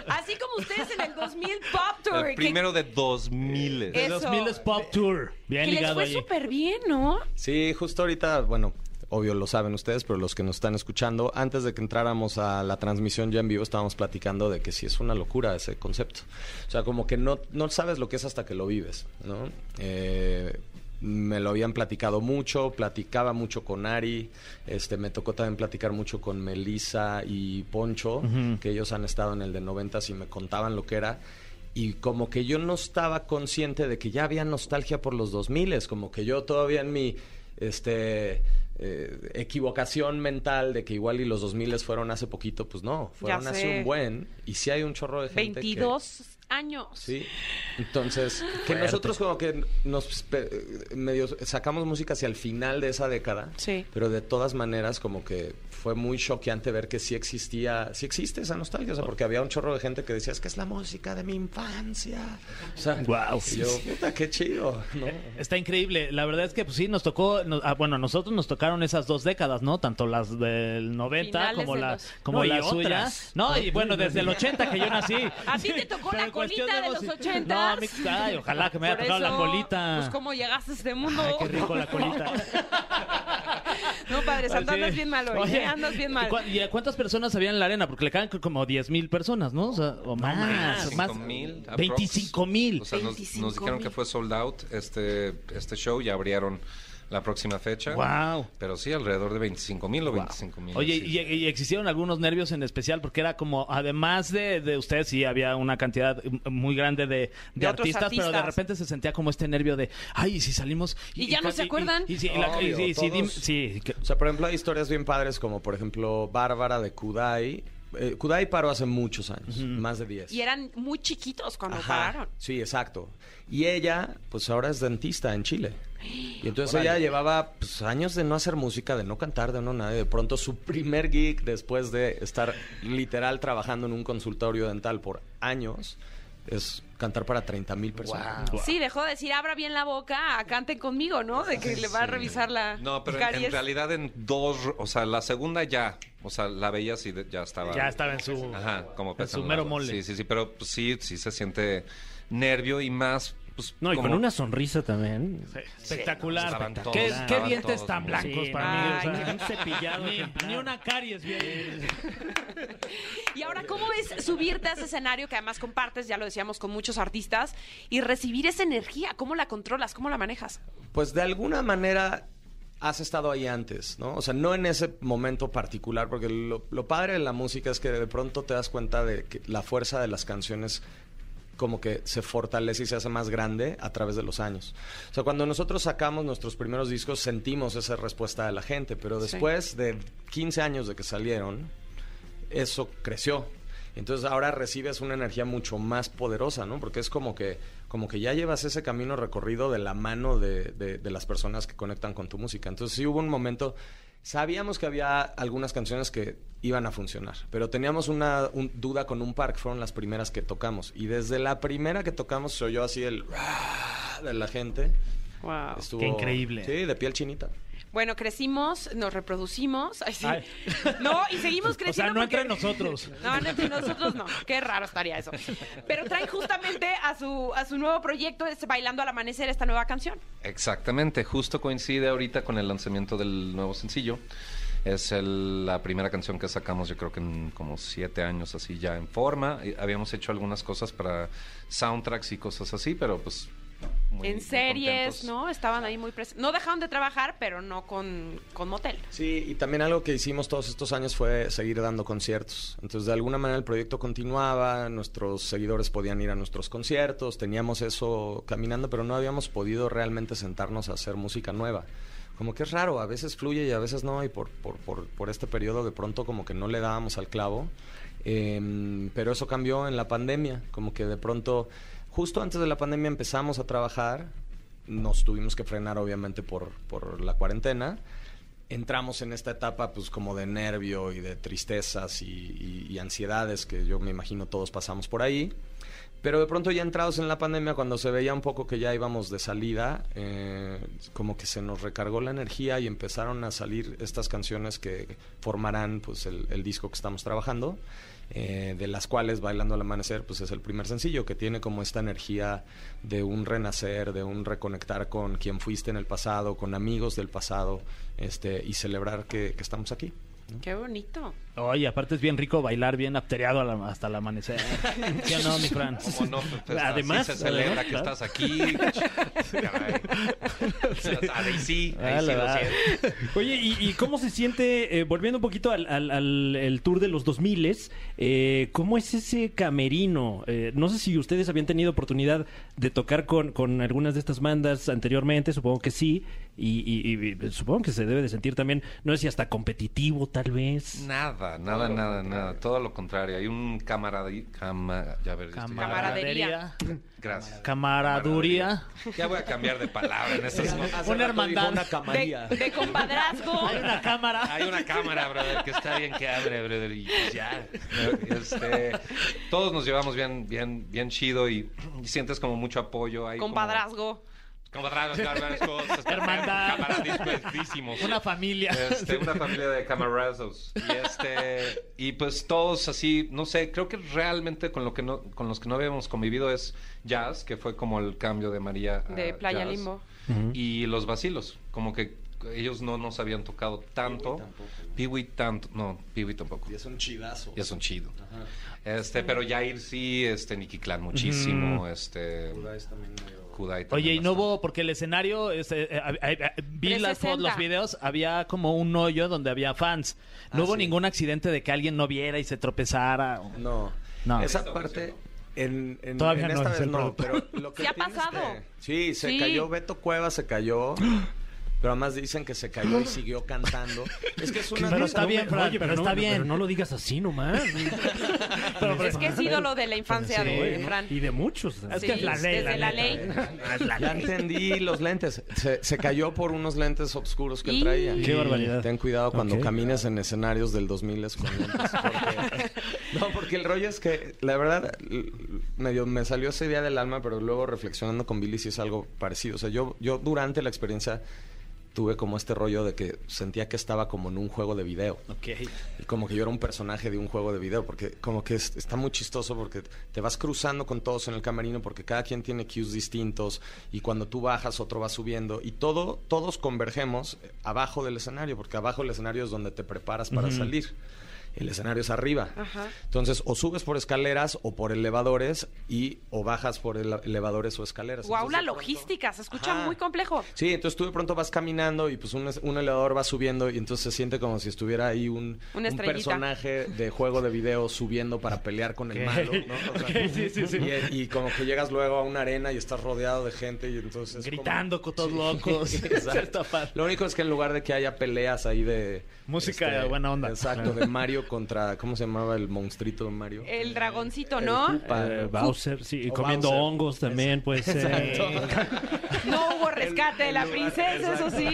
S2: Así como ustedes en el 2000 Pop Tour.
S7: El primero de dos miles.
S2: Eso.
S3: 2000 es Pop Tour.
S2: Que,
S3: Bien
S2: que les
S3: ligado
S2: fue
S3: ahí.
S2: súper bien, ¿no?
S8: Sí, justo ahorita, bueno, obvio lo saben ustedes, pero los que nos están escuchando, antes de que entráramos a la transmisión ya en vivo, estábamos platicando de que sí es una locura ese concepto. O sea, como que no, no sabes lo que es hasta que lo vives, ¿no? Eh, me lo habían platicado mucho, platicaba mucho con Ari, este, me tocó también platicar mucho con Melissa y Poncho, que ellos han estado en el de 90 y me contaban lo que era. Y como que yo no estaba consciente de que ya había nostalgia por los 2000, como que yo todavía en mi este eh, equivocación mental de que igual y los 2000 fueron hace poquito, pues no, fueron
S2: sé.
S8: hace un buen y sí hay un chorro de gente que-
S2: 22 años.
S8: Sí. Entonces, que nosotros como que nos pe- medio sacamos música hacia el final de esa década.
S2: Sí.
S8: Pero de todas maneras como que fue muy choqueante ver que sí existía, sí existe esa nostalgia, o sea, porque había un chorro de gente que decía, "Es que es la música de mi infancia." O sea,
S3: Guau.
S8: y yo, puta, qué chido, ¿no?
S3: Está increíble. La verdad es que, pues sí, nos tocó. nos- ah, bueno, a nosotros nos tocaron esas dos décadas, ¿no? Tanto las del 90
S2: Finales
S3: como
S2: de
S3: la,
S2: los-
S3: como
S4: No, y
S3: la suya.
S4: otras. pues,
S3: No, y bueno, desde el 80 que yo nací.
S2: A ti te tocó
S3: Pero
S2: la
S3: en cuestión
S2: colita de
S3: voz-
S2: los 80.
S3: No, mi- ay, ojalá que me haya
S2: Por
S3: tocado la
S2: eso,
S3: colita.
S2: Pues cómo llegaste a este mundo.
S3: Ay, qué rico la colita.
S2: No, Padre Santo,
S3: Así.
S2: andas bien mal hoy.
S3: Oye,
S2: ¿eh? Andas bien mal.
S3: ¿y cua- ¿Y a cuántas personas había en la arena? Porque le caen como 10 mil personas, ¿no? O, sea, o más.
S7: Cinco
S3: más
S7: mil, aprox.
S3: 25 mil.
S7: O sea, nos, nos
S2: 25,000.
S7: dijeron que fue sold out este, este show y abrieron la próxima fecha.
S3: Wow.
S7: Pero sí, alrededor de 25 mil o 25 mil.
S3: Oye, y, y existieron algunos nervios en especial porque era como, además de, de ustedes, sí había una cantidad muy grande de, de
S9: De otros
S3: artistas, pero de
S9: artistas.
S3: repente se sentía como este nervio de, ay, ¿y si salimos.
S2: Y ya no se acuerdan.
S3: Y, si- y la- y
S8: Obvio,
S3: si- si dim-
S8: todos.
S3: sí, que-
S8: O sea, por ejemplo, hay historias bien padres como, por ejemplo, Bárbara de Kudai. Eh, Kudai paró hace muchos años, más de 10.
S2: Y eran muy chiquitos Pues, cuando
S8: Ajá,
S2: pararon.
S8: Sí, exacto. Y ella, pues ahora es dentista en Chile. Y entonces ella llevaba pues, años de no hacer música, de no cantar, de no nada. Y de pronto su primer gig, después de estar literal trabajando en un consultorio dental por años, es cantar para 30 mil personas.
S2: Sí, dejó de decir, abra bien la boca, canten conmigo, ¿no? De que le va a revisar la
S7: No, pero en- en,
S2: caries.
S7: realidad en dos, o sea, la segunda ya, o sea, la veías y de- ya estaba.
S4: Ya estaba en su.
S7: Ajá, como
S4: en su
S7: pesando
S4: mero
S7: la-
S4: mole.
S7: Sí, sí, sí, pero pues, sí, sí se siente nervio y más. Pues,
S4: No, y
S7: como-
S4: con una sonrisa también.
S7: no,
S10: Espectacular.
S7: estaban todos,
S10: ¿Qué,
S7: estaban
S10: qué dientes
S7: todos
S10: tan
S7: muy-
S10: blancos
S4: Sí,
S10: para mí?
S2: no.
S10: o sea,
S2: Ay,
S4: un cepillado
S10: ni,
S4: ejemplar.
S10: ni una caries bien.
S2: Y ahora, ¿cómo es subirte a ese escenario que además compartes, ya lo decíamos, con muchos artistas, y recibir esa energía? ¿Cómo la controlas? ¿Cómo la manejas?
S8: Pues de alguna manera has estado ahí antes, ¿no? O sea, no en ese momento particular, porque lo, lo padre de la música es que de pronto te das cuenta de que la fuerza de las canciones como que se fortalece y se hace más grande a través de los años. O sea, cuando nosotros sacamos nuestros primeros discos sentimos esa respuesta de la gente, pero después de 15 años de que salieron, eso creció. Entonces ahora recibes una energía mucho más poderosa, ¿no? Porque es como que, como que ya llevas ese camino recorrido de la mano de, de- de las personas que conectan con tu música. Entonces sí hubo un momento, sabíamos que había algunas canciones que iban a funcionar, pero teníamos una un- duda con un par, que fueron las primeras que tocamos. Y desde la primera que tocamos se oyó así el de la gente.
S2: Wow.
S8: Estuvo,
S10: qué increíble.
S8: Sí, de piel chinita.
S2: Bueno, crecimos, nos reproducimos. Ay, sí. No, y seguimos
S10: O sea,
S2: creciendo.
S10: no
S2: porque-
S10: entre nosotros.
S2: No, no, entre nosotros no. Qué raro estaría eso. Pero traen justamente a su, a su nuevo proyecto, es Bailando al Amanecer, esta nueva canción.
S7: Exactamente, justo coincide ahorita con el lanzamiento del nuevo sencillo. Es el- la primera canción que sacamos, yo creo que en como siete años así ya en forma. Y habíamos hecho algunas cosas para soundtracks y cosas así, pero pues. muy-
S2: en
S7: muy
S2: series,
S7: contentos.
S2: ¿no? Estaban ahí muy presentes. No dejaron de trabajar, pero no con, con motel.
S8: Sí, y también algo que hicimos todos estos años fue seguir dando conciertos. Entonces, de alguna manera el proyecto continuaba, nuestros seguidores podían ir a nuestros conciertos, teníamos eso caminando, pero no habíamos podido realmente sentarnos a hacer música nueva. Como que es raro, a veces fluye y a veces no, y por, por, por, por este periodo de pronto como que no le dábamos al clavo. Em, pero eso cambió en la pandemia, como que de pronto, justo antes de la pandemia empezamos a trabajar, nos tuvimos que frenar obviamente por, por la cuarentena, entramos en esta etapa pues como de nervio y de tristezas y, y- y ansiedades que yo me imagino todos pasamos por ahí. Pero de pronto ya entrados en la pandemia, cuando se veía un poco que ya íbamos de salida, eh, como que se nos recargó la energía y empezaron a salir estas canciones que formarán pues el, el disco que estamos trabajando, eh, de las cuales Bailando al Amanecer pues es el primer sencillo que tiene como esta energía de un renacer, de un reconectar con quien fuiste en el pasado, con amigos del pasado este y celebrar que, que estamos aquí.
S2: Qué bonito.
S3: Oye, aparte es bien rico bailar bien aptereado al- hasta el amanecer. ¿Sí o no, mi Fran?
S7: ¿Cómo no? Pues, pues,
S4: Además,
S7: así se celebra
S4: además,
S7: que
S4: claro.
S7: estás aquí. Caray. Ahí sí, ahí sí
S3: Vale,
S7: lo
S3: va.
S7: siento.
S4: Ah, Oye, ¿y, y cómo se siente, eh, volviendo un poquito al, al- al- el tour de los 2000, eh, cómo es ese camerino? Eh, no sé si ustedes habían tenido oportunidad de tocar con, con algunas de estas bandas anteriormente, supongo que sí, y, y- y supongo que se debe de sentir también, no sé si hasta competitivo tal vez.
S7: Nada, nada, nada, nada. Todo lo contrario. Hay un camaradi... Cama... Ya ver,
S2: Camarade-
S7: Gracias.
S3: Camaraduría.
S7: Ya voy a cambiar de palabra en estas notas.
S3: Una hermandad.
S8: Una
S2: De,
S8: camarilla.
S2: de compadrazgo.
S3: Hay una cámara.
S7: Hay una cámara, brother, que está bien que abre, brother, y pues ya. Este, todos nos llevamos bien, bien, bien chido y, y sientes como mucho apoyo. Hay como-
S2: Compadrazgo.
S7: Compadrazgo, compadrazgo,
S3: Hermandad.
S7: Camaradísimos.
S3: Una familia.
S7: Este, una familia de camarazos. Y este, y pues todos así, no sé, creo que realmente con lo que no, con los que no habíamos convivido es jazz, que fue como el cambio de María a
S2: De Playa
S7: jazz.
S2: Limbo.
S7: Y los vacilos, como que ellos no nos habían tocado tanto. Piwi tanto. No, Piwi tampoco.
S8: Y es un chidazo.
S7: Ya son chido. Este, pero Jair sí, este, Nicky Clan muchísimo, este...
S8: Es también medio-
S7: Kudai también
S3: Oye, y no
S7: bastante.
S3: hubo, porque el escenario, este, eh, eh, eh, eh, vi las,
S2: 360.
S3: fo- los videos, había como un hoyo donde había fans. No
S8: Ah,
S3: hubo
S8: sí.
S3: ningún accidente de que alguien no viera y se tropezara. o-
S8: No.
S3: No.
S8: Esa parte. En, en-
S10: Todavía
S8: en
S10: no
S8: esta
S10: es
S8: vez
S10: el
S8: no,
S10: producto.
S8: pero lo que
S2: Sí ha
S8: tiene
S2: pasado.
S8: este- sí, se
S2: Sí.
S8: cayó Beto Cueva, se cayó. Pero además dicen que se cayó y siguió cantando. Es que es una
S3: Pero
S8: cosa-
S3: está bien, Fran, pero está bien.
S4: Pero no lo digas así nomás.
S2: Es que es ídolo de la infancia
S4: Sí,
S2: de
S4: ¿no?
S2: Fran.
S4: Y de muchos.
S2: Es que Sí, es la ley, desde la la ley.
S8: ¿eh? Ya entendí los lentes. Se, se cayó por unos lentes oscuros que traía.
S2: Y-
S4: Qué barbaridad.
S8: Ten cuidado cuando
S4: Ok.
S8: camines en escenarios del 2000 es con lentes. porque- no, porque el rollo es que, la verdad, l- medio me salió esa idea del alma, pero luego reflexionando con Billy sí es algo parecido. O sea, yo, yo durante la experiencia tuve como este rollo de que sentía que estaba como en un juego de video. Y como que yo era un personaje de un juego de video, porque como que es- está muy chistoso porque te vas cruzando con todos en el camerino porque cada quien tiene cues distintos y cuando tú bajas otro va subiendo y todo todos convergemos eh, abajo del escenario porque abajo del escenario es donde te preparas para salir. El escenario es arriba.
S2: Ajá.
S8: Entonces, o subes por escaleras o por elevadores y o bajas por ele- elevadores o escaleras.
S2: Guau,
S8: Entonces,
S2: la
S8: de pronto-
S2: logística, se escucha
S8: Ajá.
S2: muy complejo.
S8: Sí, entonces tú de pronto vas caminando y pues un, es- un elevador va subiendo y entonces se siente como si estuviera ahí un,
S2: Una
S8: un
S2: estrellita.
S8: personaje de juego de video subiendo para pelear con el malo, ¿no? O sea, Y, y como que llegas luego a una arena y estás rodeado de gente y entonces... es como-
S3: Gritando con todos locos.
S8: Exacto.
S3: Cierta parte.
S8: Lo único es que en lugar de que haya peleas ahí de... este,
S10: Música de buena onda.
S8: Exacto, de Mario contra... ¿Cómo se llamaba el monstruito de Mario?
S2: El dragoncito, Eh, ¿no?
S10: Eh,
S8: Para-
S4: Eh, Bowser, sí, y
S8: O
S4: comiendo
S8: Bowser.
S4: hongos también, pues.
S2: No hubo rescate de la
S8: En lugar-
S2: princesa, eso sí.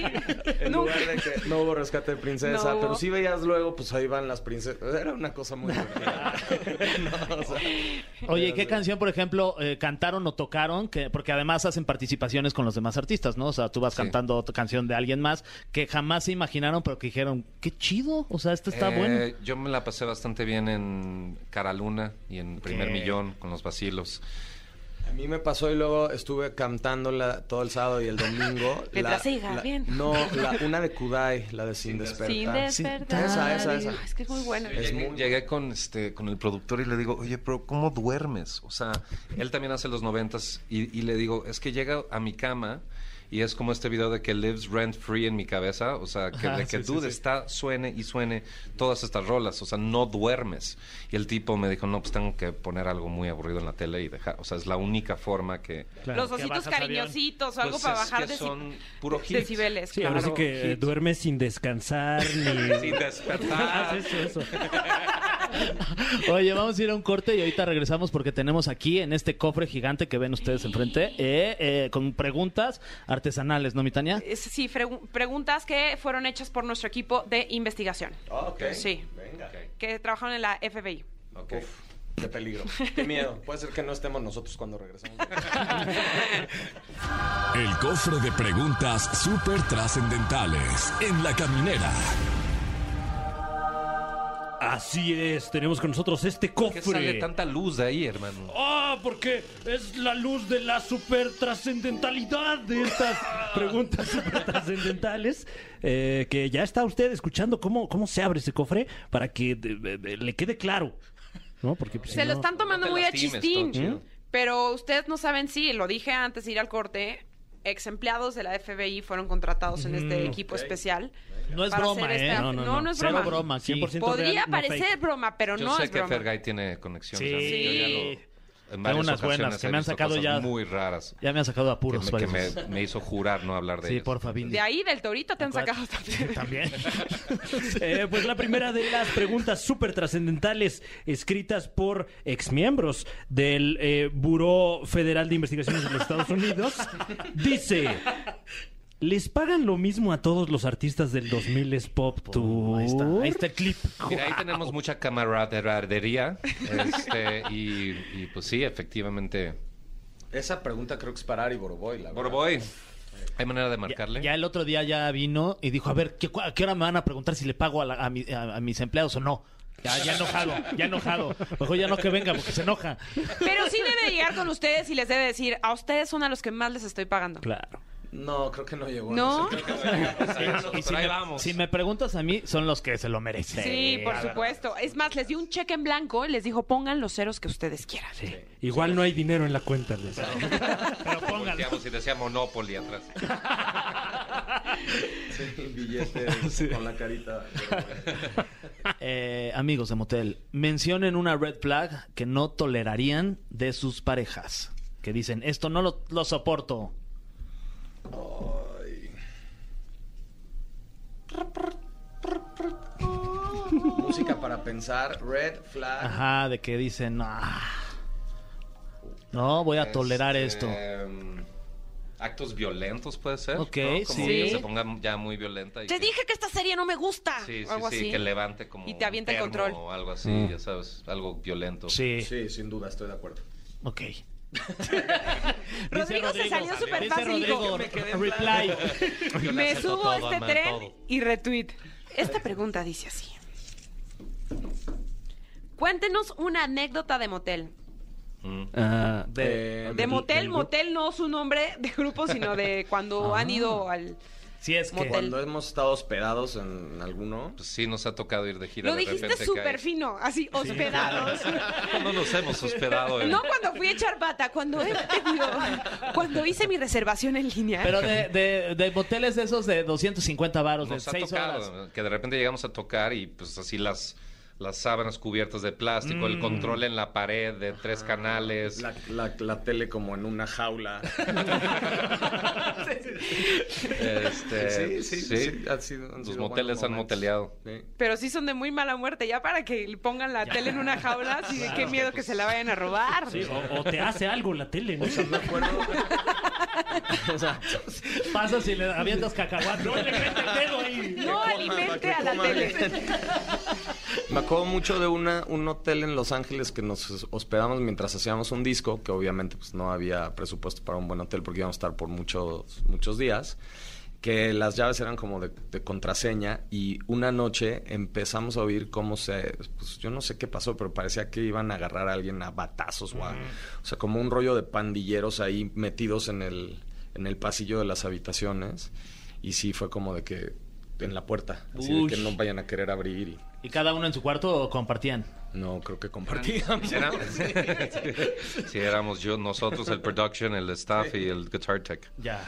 S8: En
S2: Nunca.
S8: lugar de que no hubo rescate de princesa,
S2: No hubo.
S8: pero sí veías luego, pues ahí van las princesas. Era una cosa muy divertida. No, o sea,
S3: Oye, ¿y ¿qué canción, por ejemplo, eh, cantaron o tocaron? Que, porque además hacen participaciones con los demás artistas, ¿no? O sea, tú vas
S7: Sí.
S3: cantando otra canción de alguien más que jamás se imaginaron, pero que dijeron, qué chido, o sea, esto está
S7: Eh,
S3: bueno.
S7: Yo me la pasé bastante bien en Cara Luna y en Primer Millón con los vacilos.
S8: A mí me pasó y luego estuve cantándola todo el sábado y el domingo.
S2: Letra siga, bien.
S8: No, la- una de Kudai, la de Sin
S2: Sin
S8: Despertar.
S2: despertar.
S8: Esa, esa, esa.
S2: Es que es muy buena.
S8: Es
S7: llegué,
S8: muy-
S7: llegué con este con el productor y le digo, oye, pero ¿cómo duermes? O sea, él también hace los noventas y, y le digo, es que llega a mi cama y es como este video de que lives rent free en mi cabeza, o sea, que, de que dude está, suene y suene todas estas rolas, o sea, no duermes. Y el tipo me dijo, no, pues tengo que poner algo muy aburrido en la tele y dejar, o sea, es la única forma que...
S2: Los ositos cariñositos o algo
S7: Pues
S2: para
S7: es
S2: bajar
S7: que
S2: de
S7: son puro hit.
S2: decibeles.
S4: Sí, ahora sí
S7: Claro,
S4: que eh,
S7: hits.
S4: duermes sin descansar ni.
S7: Sin despertar.
S4: eso, eso.
S3: Oye, vamos a ir a un corte y ahorita regresamos porque tenemos aquí en este cofre gigante que ven ustedes enfrente, eh, eh, con preguntas artesanales, ¿no, mi Tania?
S2: Es- Sí, fregu- preguntas que fueron hechas por nuestro equipo de investigación,
S8: Ah, ok.
S2: Pues Sí.
S8: Venga.
S2: que trabajaron en la FBI.
S7: Ok.
S8: Uf, qué peligro. Qué miedo. Puede ser que no estemos nosotros cuando regresemos.
S1: El cofre de preguntas súper trascendentales en la caminera.
S4: Así es, tenemos con nosotros este
S7: ¿Por qué sale
S4: cofre.
S7: tanta luz de ahí, hermano?
S2: Oh,
S4: Ah, porque es la luz de la super trascendentalidad de estas preguntas super trascendentales. eh, que ya está usted escuchando cómo, cómo se abre ese cofre para que de- de- de- le quede claro. ¿No? Porque pues, si
S2: Se lo
S4: no-
S2: están tomando
S7: te
S2: muy a
S7: lastimes,
S2: chistín.
S7: todo chido.
S2: Pero ustedes no saben si, lo dije antes de ir al corte, ex empleados de la FBI fueron contratados en este equipo especial.
S3: No es
S2: Para
S3: broma,
S2: hacer
S3: ¿eh?
S2: esta-
S3: No, no,
S2: No,
S3: no.
S2: no es
S3: Cero
S2: broma.
S3: broma, aquí.
S4: 100%
S2: Podría
S4: real, no
S2: parecer
S4: fake.
S2: broma, pero
S7: Yo
S2: no
S7: sé
S2: es
S7: que
S2: broma.
S7: Fergay tiene conexiones.
S3: Sí.
S7: a mí, yo ya lo- en varias
S3: unas buenas
S7: ocasiones
S3: que
S7: he
S3: me han
S7: visto
S3: sacado
S7: cosas
S3: ya-
S7: muy raras.
S3: Ya me han sacado apuros.
S7: que me- que
S3: varias
S7: me,
S3: veces.
S7: me hizo jurar no hablar de
S3: sí,
S7: ellas.
S3: porfa, Billy.
S2: De ahí, del torito, te han sacado también.
S3: También.
S4: Eh, pues la primera de las preguntas súper trascendentales escritas por exmiembros del eh, Buró Federal de Investigaciones de los Estados Unidos dice... ¿Les pagan lo mismo a todos los artistas del 2000 es Pop Tour?
S3: Ahí está, ahí está el clip.
S7: Mira, ahí tenemos mucha camaradería. Este, y, y, pues sí, efectivamente.
S8: Esa pregunta creo que es parar y Boroboy, la verdad.
S7: Borboy, ¿hay manera de marcarle?
S3: Ya el otro día ya vino y dijo, a ver, ¿qué, cu- ¿a qué hora me van a preguntar si le pago a, la- a mi- a- a mis empleados o no? Ya, ya enojado, ya enojado. Mejor ya no que venga porque se enoja.
S2: Pero sí debe llegar con ustedes y les debe decir, a ustedes son a los que más les estoy pagando.
S4: Claro.
S8: No, creo que no llegó.
S9: ¿No?
S8: sé, creo que-
S3: Y si,
S7: Pero ahí
S3: me,
S7: vamos.
S3: si me preguntas a mí, son los que se lo merecen.
S9: Sí, por supuesto. Es más, les dio un cheque en blanco y les dijo pongan los ceros que ustedes quieran.
S4: Igual no hay dinero en la cuenta. Les.
S3: Pero pónganlo.
S7: Volteamos y decía Monopoly atrás.
S8: Sí, el billete con la carita.
S3: Eh, amigos de Motel, mencionen una red flag que no tolerarían de sus parejas. Que dicen, esto no lo, lo soporto.
S8: Música para pensar, red flag.
S3: Ajá, de que dicen, "Ah, no, voy a tolerar
S7: Este,
S3: esto.
S7: em, Actos violentos puede ser.
S3: Ok,
S7: ¿no? Como
S3: sí.
S7: que se ponga ya muy violenta. Y
S9: Te
S7: que-
S9: dije que esta serie no me gusta.
S7: Sí, sí,
S9: o Ah, algo
S7: sí,
S9: así.
S7: que levante como.
S9: Y te avienta
S7: un
S9: el
S7: termo
S9: control.
S7: O algo así, ya sabes, algo violento.
S3: Sí,
S8: Sí, sin duda, estoy de acuerdo.
S3: ok.
S9: Rodrigo, se salió súper
S3: Dice
S9: fácil.
S3: Rodrigo,
S9: dijo,
S3: reply.
S7: Yo le
S9: Me
S7: acepto
S9: subo
S7: todo,
S9: a este
S7: ama,
S9: tren
S7: todo.
S9: y retweet.
S2: Esta pregunta dice así. Cuéntenos una anécdota de motel.
S7: Mm.
S3: Ah, de-
S8: Eh,
S9: De
S8: del-
S9: motel,
S8: del grupo.
S9: motel no su nombre de grupo, sino de
S7: Ah.
S9: cuando han ido al...
S3: si es que...
S9: motel.
S8: Cuando hemos estado hospedados en alguno.
S7: Pues sí, nos ha tocado ir de gira.
S9: Lo
S7: de
S9: dijiste
S7: repente que hay- Ah,
S9: súper fino, así, hospedados.
S7: No nos hemos hospedado. en-
S9: No cuando fui a echar pata, cuando he pedido, cuando hice mi reservación en línea.
S3: Pero de, de, de moteles de esos de 250 varos, de
S7: Nos ha
S3: 6
S7: tocado,
S3: horas.
S7: que de repente llegamos a tocar y pues así las, las sábanas cubiertas de plástico, el control en la pared de tres canales.
S8: La, la- la tele como en una jaula.
S7: Este,
S8: sí, sí, sí, han sido- han
S7: Los
S8: sido
S7: moteles
S8: buenos
S7: han
S8: momentos.
S7: moteleado.
S8: Sí.
S9: Pero sí son de muy mala muerte, ya para que le pongan la tele en una jaula, así de qué miedo que se la vayan a robar.
S4: Sí, o, o te hace algo la tele, ¿no?
S8: Me acuerdo,
S3: Pasa si le avientas cacahuates.
S9: No alimente a la
S8: coma
S9: tele.
S8: me acuerdo mucho de una, un hotel en Los Ángeles que nos hospedamos mientras hacíamos un disco, que obviamente pues, no había presupuesto para un buen hotel porque íbamos a estar por muchos, muchos días. Que las llaves eran como de, de contraseña y una noche empezamos a oír cómo se. Pues yo no sé qué pasó, pero parecía que iban a agarrar a alguien a batazos o a- O sea, como un rollo de pandilleros ahí metidos en el, en el pasillo de las habitaciones. Y sí, fue como de que. En la puerta. Así de
S3: Uy.
S8: que no vayan a querer abrir y.
S3: ¿Y cada uno en su cuarto o compartían?
S8: No, creo que
S7: Partíamos.
S8: compartíamos.
S7: Éramos, sí, éramos yo, nosotros, el production, el staff y el guitar tech.
S3: Ya.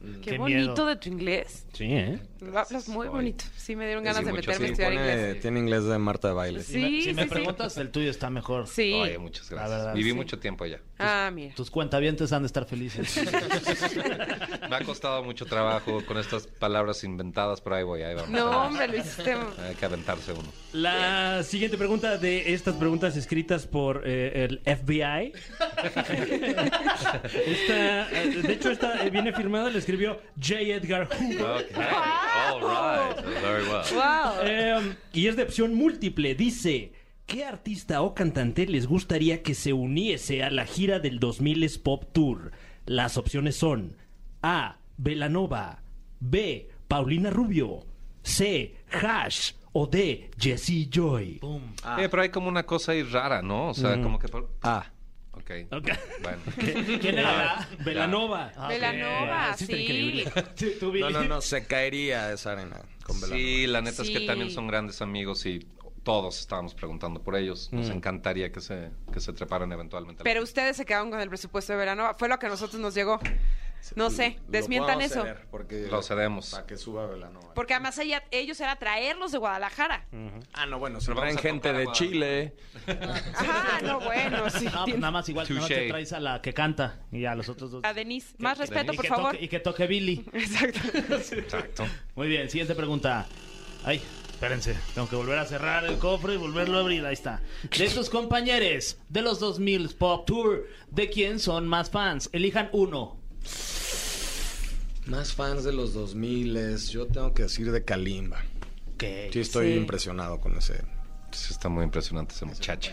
S2: Mm.
S9: Qué,
S3: Qué
S9: bonito
S3: miedo.
S9: de tu inglés.
S4: Sí, ¿eh?
S9: Hablas muy bonito. Sí, me dieron
S7: Sí,
S9: ganas de
S7: mucho,
S9: meterme a
S7: sí.
S9: estudiar
S7: Pone-
S9: Este inglés.
S8: Eh, tiene inglés de Marta de baile.
S3: Si me-
S9: Sí,
S3: si me
S9: sí, sí.
S3: preguntas, el tuyo está mejor.
S9: Sí.
S7: Oye, muchas
S3: La
S7: gracias.
S3: verdad,
S7: Viví
S3: sí.
S7: mucho tiempo allá.
S9: Ah, mira.
S3: Tus cuentavientes han de estar felices.
S7: Me ha costado mucho trabajo con estas palabras inventadas, pero ahí voy, ahí vamos.
S9: No, hombre, lo hiciste.
S7: Hay que aventarse uno.
S4: La siguiente pregunta de estas preguntas escritas por eh, el FBI. Esta, eh, de hecho, esta eh, viene firmada, la escribió J. Edgar Hoover.
S7: Okay. All right. Very well.
S9: ¡Wow!
S4: Eh, y es de opción múltiple. Dice: ¿Qué artista o cantante les gustaría que se uniese a la gira del 2000 Pop Tour? Las opciones son: A. Belanova. B. Paulina Rubio. C. Hash. O D. Jesse Joy.
S7: Eh, pero hay como una cosa ahí rara, ¿no? O sea, como que... por-
S8: Ah,
S7: Ok.
S4: Ok.
S7: Bueno.
S4: ¿Quién era? Belanova. Ah,
S9: Velanova,
S4: sí, está
S9: sí.
S4: increíble.
S8: no, no, no, se caería esa arena con
S7: Sí,
S8: Belanova.
S7: la neta es
S9: Sí.
S7: que también son grandes amigos y todos estábamos preguntando por ellos. Nos
S8: Mm.
S7: encantaría que se, que se treparan eventualmente. a la
S9: Pero ustedes se quedaron con el presupuesto de Velanova. Fue lo que a nosotros nos llegó. No sé,
S8: Lo
S9: desmientan
S8: podemos
S9: eso.
S8: ceder, porque
S7: Lo cedemos.
S8: Para que suba Belanova.
S9: Porque además ella- ellos era traerlos de Guadalajara.
S8: Ah, no, bueno, se
S7: Pero vamos
S8: traen
S7: a
S8: gente
S7: tocar
S8: de
S7: a-
S8: Chile.
S9: Ajá, no, bueno, sí.
S3: No, pues
S9: tiene-
S3: nada más igual nada más
S7: Touché.
S3: te traes a la que canta y a los otros dos.
S9: A Denise. Más
S7: Denise.
S9: respeto,
S3: y,
S9: por
S3: que
S9: favor.
S3: Toque, y que toque Billy.
S9: Exacto.
S7: Exacto.
S3: Muy bien, siguiente pregunta. Ay, espérense, tengo que volver a cerrar el cofre y volverlo a abrir. Ahí está. De estos compañeros de los 2000 Pop Tour, ¿de quién son más fans? Elijan uno.
S8: Más fans de los 2000, yo tengo que decir de Kalimba.
S3: Que
S8: Sí, estoy
S9: Sí.
S8: impresionado con ese.
S7: Sí, está muy impresionante ese muchacho.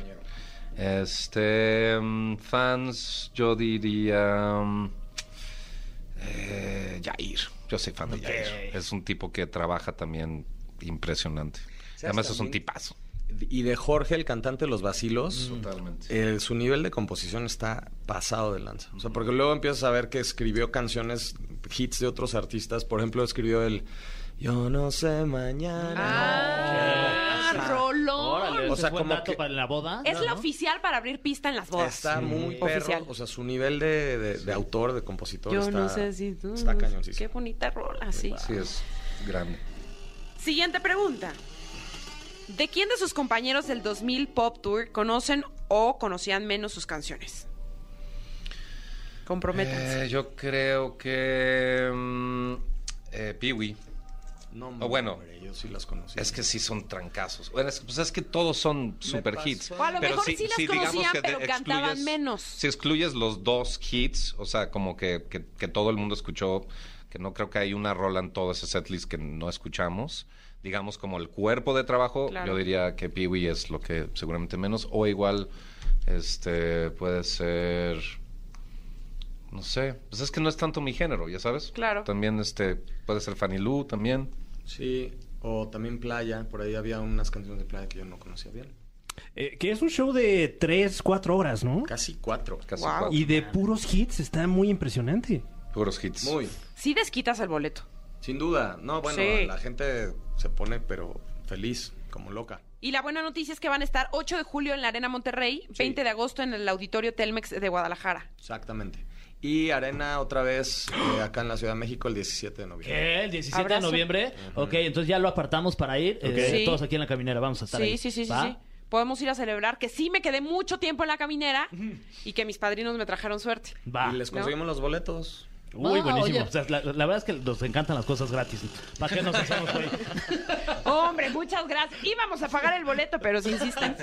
S7: Este. mm, Fans, yo diría. mm, eh, Jair. Yo soy fan de Jair. Es un tipo que trabaja también impresionante. Además, es un
S8: también-
S7: tipazo.
S8: Y de Jorge, el cantante de Los Vacilos.
S7: Totalmente.
S8: Eh, su nivel de composición está pasado de lanza. O sea, porque luego empiezas a ver que escribió canciones hits de otros artistas. Por ejemplo, escribió el Yo no sé mañana.
S2: Ah, rolón.
S3: Órale,
S8: O
S3: ¿ese
S8: sea,
S3: fue el
S8: como
S3: dato
S8: que-
S3: para la boda.
S2: Es la
S3: ¿no?
S2: oficial para abrir pista en las bodas.
S8: Está muy perro.
S2: Oficial.
S8: O sea, su nivel de, de- de autor, de compositor
S9: Yo
S8: está,
S9: no sé si tú.
S8: está
S9: no sé-
S8: cañoncísimo.
S9: Qué bonita rola,
S2: Ah.
S9: sí.
S7: Sí, es grande.
S9: Siguiente pregunta. ¿De quién de sus compañeros del 2000 Pop Tour conocen o conocían menos sus canciones? Comprométanse.
S7: Eh, yo creo que. mm, eh, Pee-wee.
S8: No,
S7: O bueno.
S8: hombre, yo sí las conocí.
S7: Es que sí son trancazos. Bueno, es, pues es que todos son super hits.
S9: O a lo mejor sí las
S7: digamos
S9: conocían,
S7: que de-
S9: pero cantaban
S7: excluyes-
S9: menos.
S7: Si excluyes los dos hits, o sea, como que, que- que todo el mundo escuchó, que no creo que hay una rola en todo ese setlist que no escuchamos. Digamos, como el cuerpo de trabajo,
S9: Claro.
S7: yo diría que Pee-wee es lo que seguramente menos. O igual, este, puede ser. No sé. Pues es que no es tanto mi género, ¿ya sabes?
S9: Claro.
S7: También, este, puede ser Fanny Lou también.
S8: Sí, o también Playa. Por ahí había unas canciones de Playa que yo no conocía bien.
S4: Eh, que es un show de 3, 4 horas, ¿no?
S8: Casi cuatro.
S7: Casi
S9: Wow.
S7: cuatro.
S4: Y de puros hits, está muy impresionante.
S7: Puros hits.
S8: Muy.
S9: Sí desquitas el boleto.
S8: Sin duda. No, bueno,
S9: Sí.
S8: la gente se pone, pero feliz, como loca.
S9: Y la buena noticia es que van a estar 8 de julio en la Arena Monterrey, 20 de agosto en el Auditorio Telmex de Guadalajara.
S8: Exactamente. Y Arena otra vez eh, acá en la Ciudad de México el 17 de noviembre.
S3: ¿Qué? ¿El 17
S9: Abrazo.
S3: de noviembre? Ok, entonces ya lo apartamos para ir. eh,
S9: Sí.
S3: Todos aquí en la caminera vamos a estar
S9: Sí,
S3: ahí.
S9: sí, sí, sí,
S3: ¿Va?
S9: sí. Podemos ir a celebrar que sí me quedé mucho tiempo en la caminera y que mis padrinos me trajeron suerte.
S3: Va.
S8: Y les conseguimos los boletos.
S3: Uy,
S4: Ah,
S3: buenísimo.
S4: oye.
S3: O sea, la, la verdad es que nos encantan las cosas gratis. ¿Para qué nos hacemos, güey?
S9: Hombre, muchas gracias. Íbamos a pagar el boleto, pero si insisten.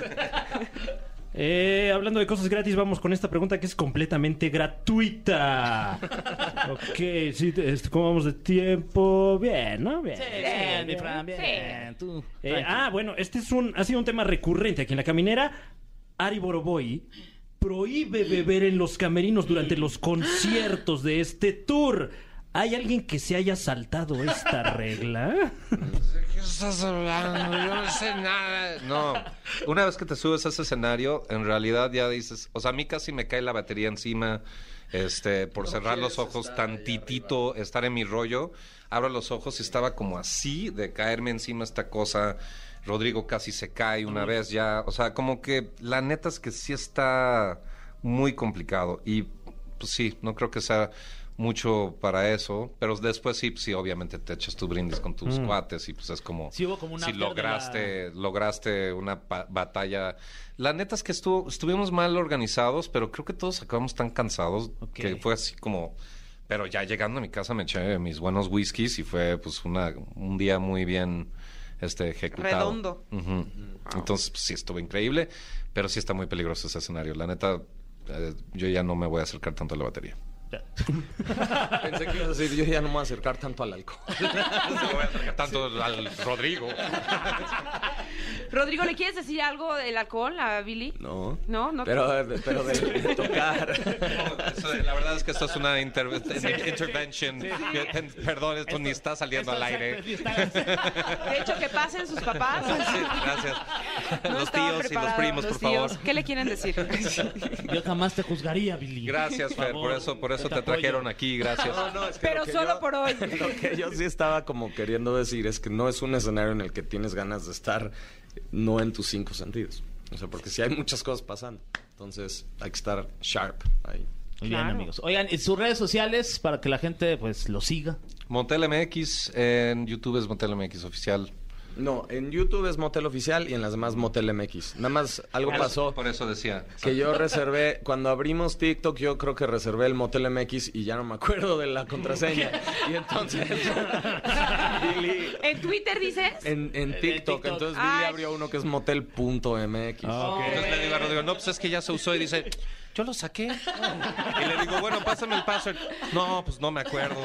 S4: Eh, hablando de cosas gratis, vamos con esta pregunta que es completamente gratuita. ok, sí, te- este, ¿cómo vamos de tiempo? Bien, ¿no? Bien.
S3: Bien, mi Fran, bien. Tú.
S4: Eh,
S3: tranqui.
S4: ah, bueno, este es un, ha sido un tema recurrente aquí en la caminera. Ari Boroboy prohíbe beber en los camerinos durante los conciertos de este tour. ¿Hay alguien que se haya saltado esta regla?
S7: ¿De qué estás hablando? Yo no sé nada. No, una vez que te subes a ese escenario, en realidad ya dices, o sea, a mí casi me cae la batería encima, este, por cerrar los ojos tantitito, estar en mi rollo, abro los ojos y estaba como así de caerme encima esta cosa. Rodrigo casi se cae una vez ya, o sea, como que la neta es que sí está muy complicado y pues sí, no creo que sea mucho para eso, pero después sí, pues sí, obviamente te echas tu brindis con tus cuates y pues es como
S3: Sí, hubo como un
S7: si
S3: after de
S7: lograste lograste una pa- batalla. La neta es que estuvo estuvimos mal organizados, pero creo que todos acabamos tan cansados
S3: Ok.
S7: que fue así como pero ya llegando a mi casa me eché mis buenos whiskies y fue pues una un día muy bien este ejecutado.
S9: Redondo.
S7: Ujú.
S3: Mm,
S7: Entonces pues, sí estuvo increíble, pero sí está muy peligroso ese escenario. La neta eh, yo ya no me voy a acercar tanto a la batería.
S8: Pensé que ibas a decir, yo ya no me voy a acercar tanto al alcohol.
S7: Tanto al Rodrigo.
S9: Rodrigo, ¿le quieres decir algo del alcohol a Billy?
S8: No.
S9: No, no.
S8: Pero, eh, pero de, de tocar.
S7: la verdad es que esto es una inter- intervention. Eh, pen- Perdón, esto, ni está saliendo al aire. Sí,
S9: De hecho, que pasen sus papás.
S7: gracias.
S9: No
S7: los
S9: estaba
S7: tíos y los
S9: preparado,
S7: primos,
S9: los
S7: por
S9: tíos.
S7: favor.
S9: ¿Qué le quieren decir?
S3: Yo jamás te juzgaría, Billy.
S7: Gracias, Fer, por eso, por eso te
S3: apoyo.
S7: trajeron aquí, gracias.
S8: No, es que
S9: Pero
S8: lo que
S9: solo
S8: yo-
S9: por hoy.
S8: Lo que yo sí estaba como queriendo decir es que no es un escenario en el que tienes ganas de estar no en tus cinco sentidos. O sea, porque sí hay muchas cosas pasando. Entonces hay que estar sharp ahí.
S3: Muy bien,
S9: Claro.
S3: amigos. Oigan, ¿y sus redes sociales para que la gente pues lo siga.
S7: Motel MX, en YouTube es Motel MX oficial.
S8: No, en YouTube es Motel Oficial y en las demás Motel MX. Nada más algo pasó
S7: Por eso decía.
S8: que yo reservé, cuando abrimos TikTok, yo creo que reservé el Motel MX y ya no me acuerdo de la contraseña. Y entonces Billy-
S9: ¿En Twitter dices?
S8: en, en TikTok,
S3: TikTok.
S8: entonces Billy
S9: Ay.
S8: abrió uno que es motel.mx.
S2: Ah,
S7: Entonces le digo a Rodrigo, no, pues es que ya se usó y dice, yo lo saqué. Y le digo, bueno, pásame el password. No, pues no me acuerdo.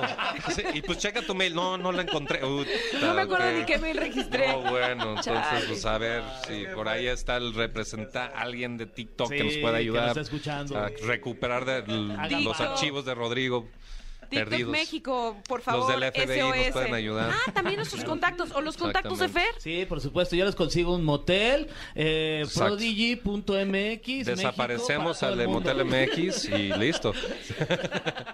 S7: Sí, Y pues checa tu mail. No, no la encontré. Uy,
S9: No me acuerdo
S7: ok.
S9: ni qué mail registré.
S7: No, bueno, entonces
S9: Chale.
S7: pues a ver si por ahí está el representante, alguien de TikTok que
S3: Sí,
S7: nos pueda
S3: que nos
S7: ayudar
S3: está escuchando.
S7: a recuperar de l-
S3: Hagan
S7: los
S9: paro.
S7: archivos de Rodrigo.
S2: TikTok
S11: Perdidos.
S2: México, por favor.
S11: Los del FBI nos
S2: SOS.
S11: pueden ayudar.
S2: Ah, también nuestros contactos o los contactos de Fer.
S11: Exactamente.
S3: Sí, por supuesto, yo les consigo un motel, eh,
S11: Exacto.
S3: prodigy.mx.
S11: Desaparecemos al de Motel
S3: motel
S11: MX y listo.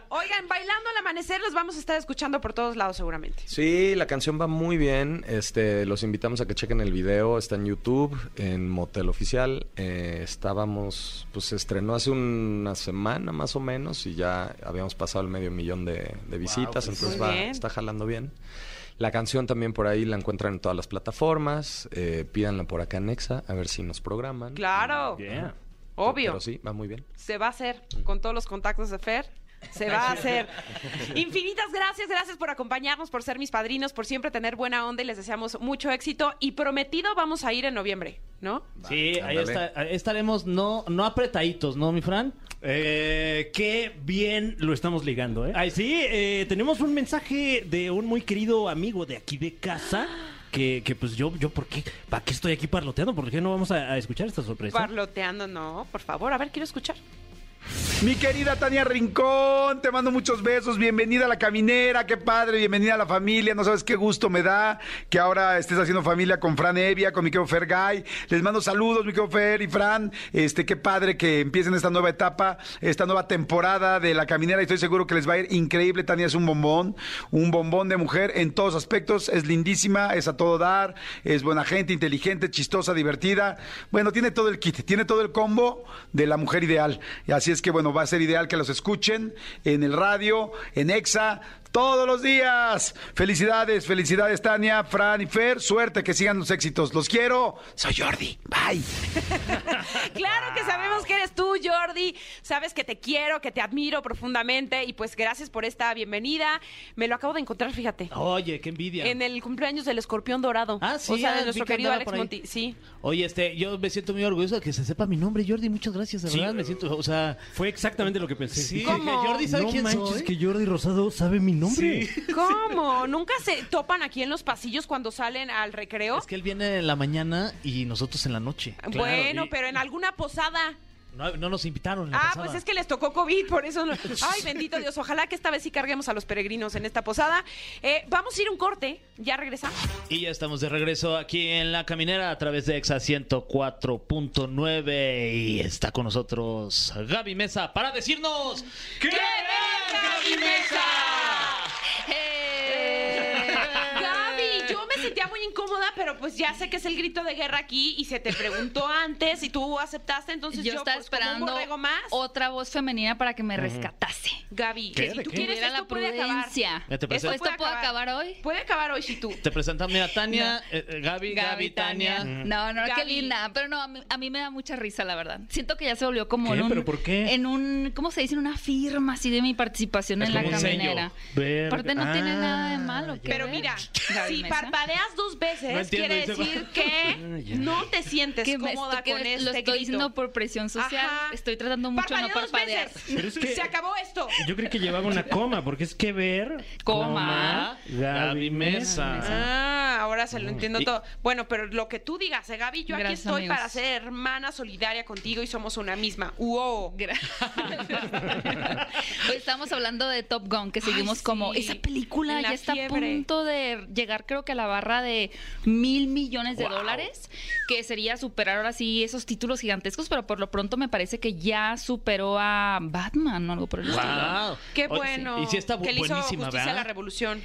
S2: Oigan, bailando al amanecer los vamos a estar escuchando por todos lados seguramente.
S8: Sí, la canción va muy bien. Este, los invitamos a que chequen el video. Está en YouTube, en Motel Oficial. Eh, estábamos, pues se estrenó hace una semana más o menos y ya habíamos pasado el medio millón de, de visitas. entonces
S2: pues, Muy
S8: va,
S2: bien.
S8: está jalando bien. La canción también por ahí la encuentran en todas las plataformas. Eh, pídanla por acá en Exa, a ver si nos programan.
S2: Claro,
S3: Yeah.
S2: obvio.
S8: Pero sí, va muy bien.
S2: Se va a hacer con todos los contactos de Fer. Se va a hacer. Infinitas gracias, gracias por acompañarnos, por ser mis padrinos, por siempre tener buena onda y les deseamos mucho éxito. Y prometido vamos a ir en noviembre, ¿no?
S3: Sí, ahí,
S11: Ándale.
S3: está- ahí estaremos no, no apretaditos, ¿no, mi Fran?
S12: Eh, qué bien lo estamos ligando, ¿eh? Ay, sí, eh, tenemos un mensaje de un muy querido amigo de aquí de casa. Que, que, pues yo, yo, ¿por qué? ¿Para qué estoy aquí parloteando? ¿Por qué no vamos a, a escuchar esta sorpresa?
S2: Parloteando, no, por favor, a ver, quiero escuchar.
S4: Mi querida Tania Rincón, te mando muchos besos. Bienvenida a la caminera, qué padre, bienvenida a la familia. No sabes qué gusto me da que ahora estés haciendo familia con Fran Evia, con mi querido Fer Guy. Les mando saludos, mi querido Fer y Fran. Este, qué padre que empiecen esta nueva etapa, esta nueva temporada de la caminera. Y estoy seguro que les va a ir increíble. Tania es un bombón, un bombón de mujer en todos aspectos. Es lindísima, es a todo dar, es buena gente, inteligente, chistosa, divertida. Bueno, tiene todo el kit, tiene todo el combo de la mujer ideal. Y así es que, bueno, va a ser ideal que los escuchen en el radio, en EXA, todos los días. Felicidades, felicidades, Tania, Fran y Fer. Suerte, que sigan los éxitos. Los quiero. Soy Jordi. Bye.
S2: Claro que sabemos que eres tú, Jordi. Sabes que te quiero, que te admiro profundamente y pues gracias por esta bienvenida. Me lo acabo de encontrar, fíjate.
S3: Oye, qué envidia.
S2: En el cumpleaños del escorpión dorado.
S3: Ah, sí,
S2: O sea,
S3: ah,
S2: de
S3: vi
S2: nuestro
S3: que
S2: querido
S3: andaba
S2: Alex
S3: por ahí.
S2: Monti. Sí.
S3: Oye, este, yo me siento muy orgulloso de que se sepa mi nombre, Jordi. Muchas gracias, de
S12: Sí. eh,
S3: verdad. Me siento, o sea,
S12: Fue exactamente lo que pensé.
S3: sí,
S12: Dije,
S3: dije, Jordi sabe
S12: no
S3: quién
S12: manches
S3: soy.
S12: que Jordi Rosado sabe mi nombre.
S2: ¿Cómo? ¿Nunca se topan aquí en los pasillos cuando salen al recreo?
S3: Es que él viene en la mañana y nosotros en la noche.
S2: bueno,
S3: y-
S2: pero en alguna posada.
S3: No, no nos invitaron. en la
S2: Ah,
S3: pasada.
S2: pues es que les tocó COVID, por eso. no- Ay, bendito Dios. Ojalá que esta vez sí carguemos a los peregrinos en esta posada. Eh, vamos a ir un corte. Ya regresamos.
S3: Y ya estamos de regreso aquí en La Caminera a través de Exa 104.9 y está con nosotros Gaby Mesa para decirnos ¡Qué
S2: ven, Gaby Mesa! Eh, Gaby, yo me sentía muy incómoda, pero pues ya sé que es el grito de guerra aquí y se te preguntó antes y tú aceptaste, entonces yo,
S7: yo estaba
S2: pues, como un
S7: esperando
S2: borrego más.
S7: otra voz femenina para que me rescatase.
S2: Gaby,
S3: ¿Qué?
S2: si
S3: ¿De
S2: tú
S3: qué?
S2: quieres
S7: Tuviera
S2: esto
S7: la
S2: puede acabar.
S7: prudencia.
S3: Ya te
S7: ¿Esto,
S3: presento.
S7: esto puede acabar hoy?
S2: Puede acabar hoy si tú.
S3: Te presentamos mira, Tania, eh, eh, Gaby, Gaby, Tania.
S7: No, no, qué
S2: Gaby.
S7: linda. Pero no, a mí, a mí me da mucha risa, la verdad. Siento que ya se volvió como
S12: ¿Qué?
S7: en un...
S12: ¿Pero por qué?
S7: En un... ¿Cómo se dice? En una firma así de mi participación
S12: Es
S7: en la
S12: como un sello.
S7: caminera.
S12: Ver-
S7: Aparte no tiene
S12: Ah,
S7: nada de malo. ¿qué
S2: Pero
S7: ves?
S2: mira,
S7: Gaby
S2: si
S7: Mesa.
S2: parpadeas dos veces,
S3: No entiendo,
S2: quiere
S3: dice-
S2: decir que no te sientes
S7: Que me-
S2: cómoda
S7: que
S2: con
S7: me-
S2: este
S7: Lo estoy
S2: grito.
S7: diciendo por presión social.
S2: Ajá.
S7: Estoy tratando mucho de no
S2: Parpadea dos
S7: parpadear.
S2: veces.
S12: Pero es que-
S2: Se acabó esto.
S12: Yo creí que llevaba una coma, porque es que ver.
S7: Coma.
S3: Gaby Mesa.
S2: Ah, ahora se lo entiendo todo. Bueno, pero lo que tú digas, eh, Gaby, yo aquí
S7: Gracias,
S2: estoy
S7: amigos.
S2: para ser hermana solidaria contigo y somos una misma. ¡Wow!
S7: Gra- Hoy estamos hablando de Top Gun, que seguimos
S2: sí.
S7: como esa película
S2: En la
S7: ya está
S2: fiebre.
S7: a punto de llegar creo que a la barra de mil millones de dólares, que sería superar ahora sí esos títulos gigantescos, pero por lo pronto me parece que ya superó a Batman o algo por el estilo.
S3: Wow.
S2: ¡Qué
S3: Oye,
S2: bueno!
S3: Y sí está bu-
S2: que le hizo
S3: buenísima,
S2: justicia a la
S3: ¿verdad?
S2: revolución.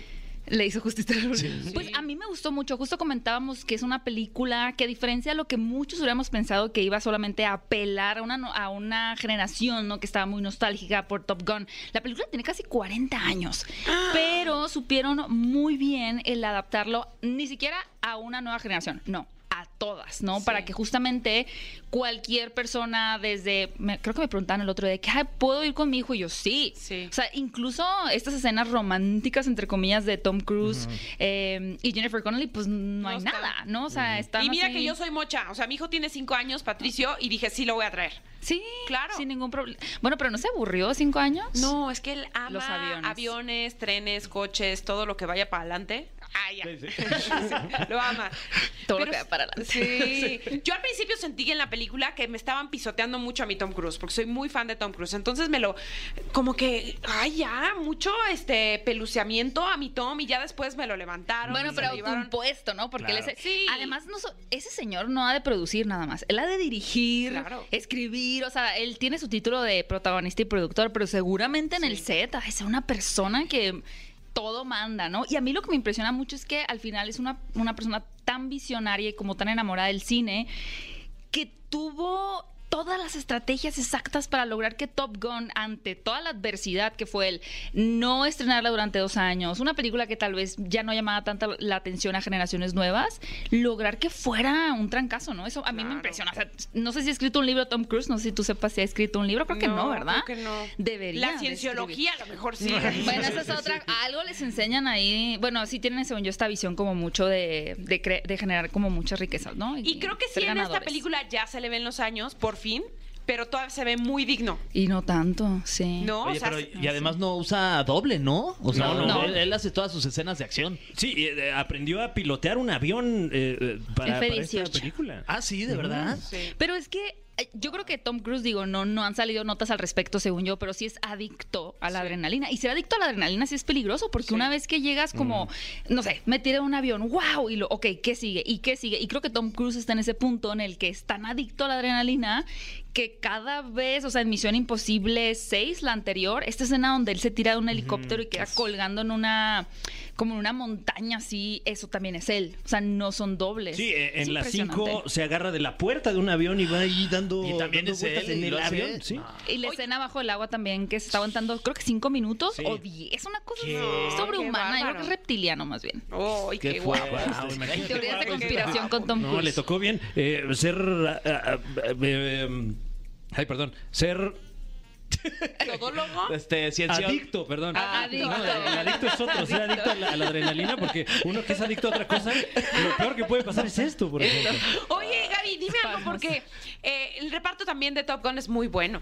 S7: Le hizo justicia. al- Pues
S2: Sí.
S7: a mí me gustó mucho. Justo comentábamos que es una película que a diferencia de lo que muchos hubiéramos pensado que iba solamente a apelar a una, no- a una generación ¿no? que estaba muy nostálgica por Top Gun. La película tiene casi 40 años, pero supieron muy bien el adaptarlo ni siquiera a una nueva generación. No. A todas, ¿no? Para que justamente cualquier persona, desde. me- creo que me preguntaron el otro día, que, "Ay, ¿puedo ir con mi hijo? Y yo, sí.
S2: Sí.
S7: O sea, incluso estas escenas románticas, entre comillas, de Tom Cruise eh, y Jennifer Connelly, pues no,
S2: No
S7: hay
S2: está.
S7: nada, ¿no? O sea, están
S2: Y mira
S7: así-
S2: que yo soy mocha. O sea, mi hijo tiene cinco años, Patricio, y dije, sí, lo voy a traer.
S7: Sí,
S2: Claro.
S7: claro. Sin ningún problema. Bueno, pero ¿no se aburrió cinco años?
S2: No, es que él ama
S7: Los aviones.
S2: aviones. trenes, coches, todo lo que vaya para adelante. Ah, ya. Lo ama.
S7: Todo lo
S2: Pero
S7: que va para adelante.
S2: Sí. Yo al principio sentí que en la película que me estaban pisoteando mucho a mi Tom Cruise, porque soy muy fan de Tom Cruise. Entonces me lo, como que, ay, ya, mucho este peluceamiento a mi Tom y ya después me lo levantaron.
S7: Bueno,
S2: y se
S7: pero
S2: lo llevaron.
S7: autoimpuesto, ¿no? Porque él
S2: Claro.
S7: es-
S2: Sí.
S7: además no so- ese señor no ha de producir nada más, él ha de dirigir,
S2: Claro.
S7: escribir, o sea, él tiene su título de protagonista y productor, pero seguramente en el set ha de ser una persona que todo manda, ¿no? Y a mí lo que me impresiona mucho es que al final es una, una persona tan visionaria y como tan enamorada del cine que tuvo todas las estrategias exactas para lograr que Top Gun, ante toda la adversidad que fue el no estrenarla durante dos años, una película que tal vez ya no llamaba tanta la atención a generaciones nuevas, lograr que fuera un trancazo, ¿no? Eso a mí me impresiona. O sea, no sé si ha escrito un libro Tom Cruise, no sé si tú sepas si ha escrito un libro, creo que no, ¿verdad?
S2: creo que no.
S7: Debería de
S2: La
S7: escribir.
S2: cienciología a lo mejor sí.
S7: Bueno, esa es otra. Algo les enseñan ahí. Bueno, sí tienen, según yo, esta visión como mucho de, de, cre- de generar como muchas riquezas, ¿no?
S2: Y creo que sí,
S7: ser
S2: en esta
S7: ganadores.
S2: película ya se le ven los años, por fin, pero todavía se ve muy digno.
S7: Y no tanto, sí.
S2: No,
S3: Oye,
S2: o sea,
S3: pero-
S2: se-
S3: y además no usa doble, ¿no? O sea,
S4: No, no.
S3: Él, él hace todas sus escenas de acción.
S4: Sí, eh, eh, aprendió a pilotear un avión eh, eh, para, para esta
S7: F-18.
S4: película.
S3: Ah, sí,
S7: Mm,
S3: de
S4: Ujú.
S3: verdad.
S7: Pero es que eh, yo creo que Tom Cruise, digo, no, no han salido notas al respecto, según yo, pero sí es adicto a la adrenalina. Y ser adicto a la adrenalina sí es peligroso, porque una vez que llegas como, no sé, me tiré de un avión, wow, y lo, ok, ¿qué sigue? ¿Y qué sigue? Y creo que Tom Cruise está en ese punto en el que es tan adicto a la adrenalina que cada vez, o sea, en Misión Imposible 6, la anterior, esta escena donde él se tira de un helicóptero y queda colgando en una, como en una montaña así, eso también es él. O sea, no son dobles.
S4: Sí, eh,
S7: Es
S4: en las
S7: impresionante.
S4: 5 se agarra de la puerta de un avión y va ahí dando,
S3: Y también
S4: dando
S3: es
S4: vueltas
S3: él,
S4: en
S3: y
S4: el
S3: lo hace
S4: avión.
S3: él. Ah.
S4: ¿sí?
S7: Y la escena bajo el agua también, que se está aguantando, creo que cinco minutos
S4: Sí.
S7: o diez, una cosa
S4: ¿Qué?
S2: Qué
S7: sobrehumana, yo creo que es
S2: bárbaro.
S7: reptiliano más bien.
S2: ¡Ay, qué, guapo!
S4: Wow, imagínate.
S7: Teorías de conspiración con Tom
S4: No,
S7: Cruise.
S4: le tocó bien eh, ser. ah, ah, ah, eh, em, ay, perdón. Ser
S2: ¿Todólogo?
S3: Este, ciencio-
S4: adicto, perdón.
S7: Ah, adicto.
S4: No, el adicto es otro. Ser adicto a la, a la adrenalina, porque uno que es adicto a otra cosa, lo peor que puede pasar es esto, por ejemplo.
S2: Oye, Gaby, dime algo, porque eh, el reparto también de Top Gun es muy bueno.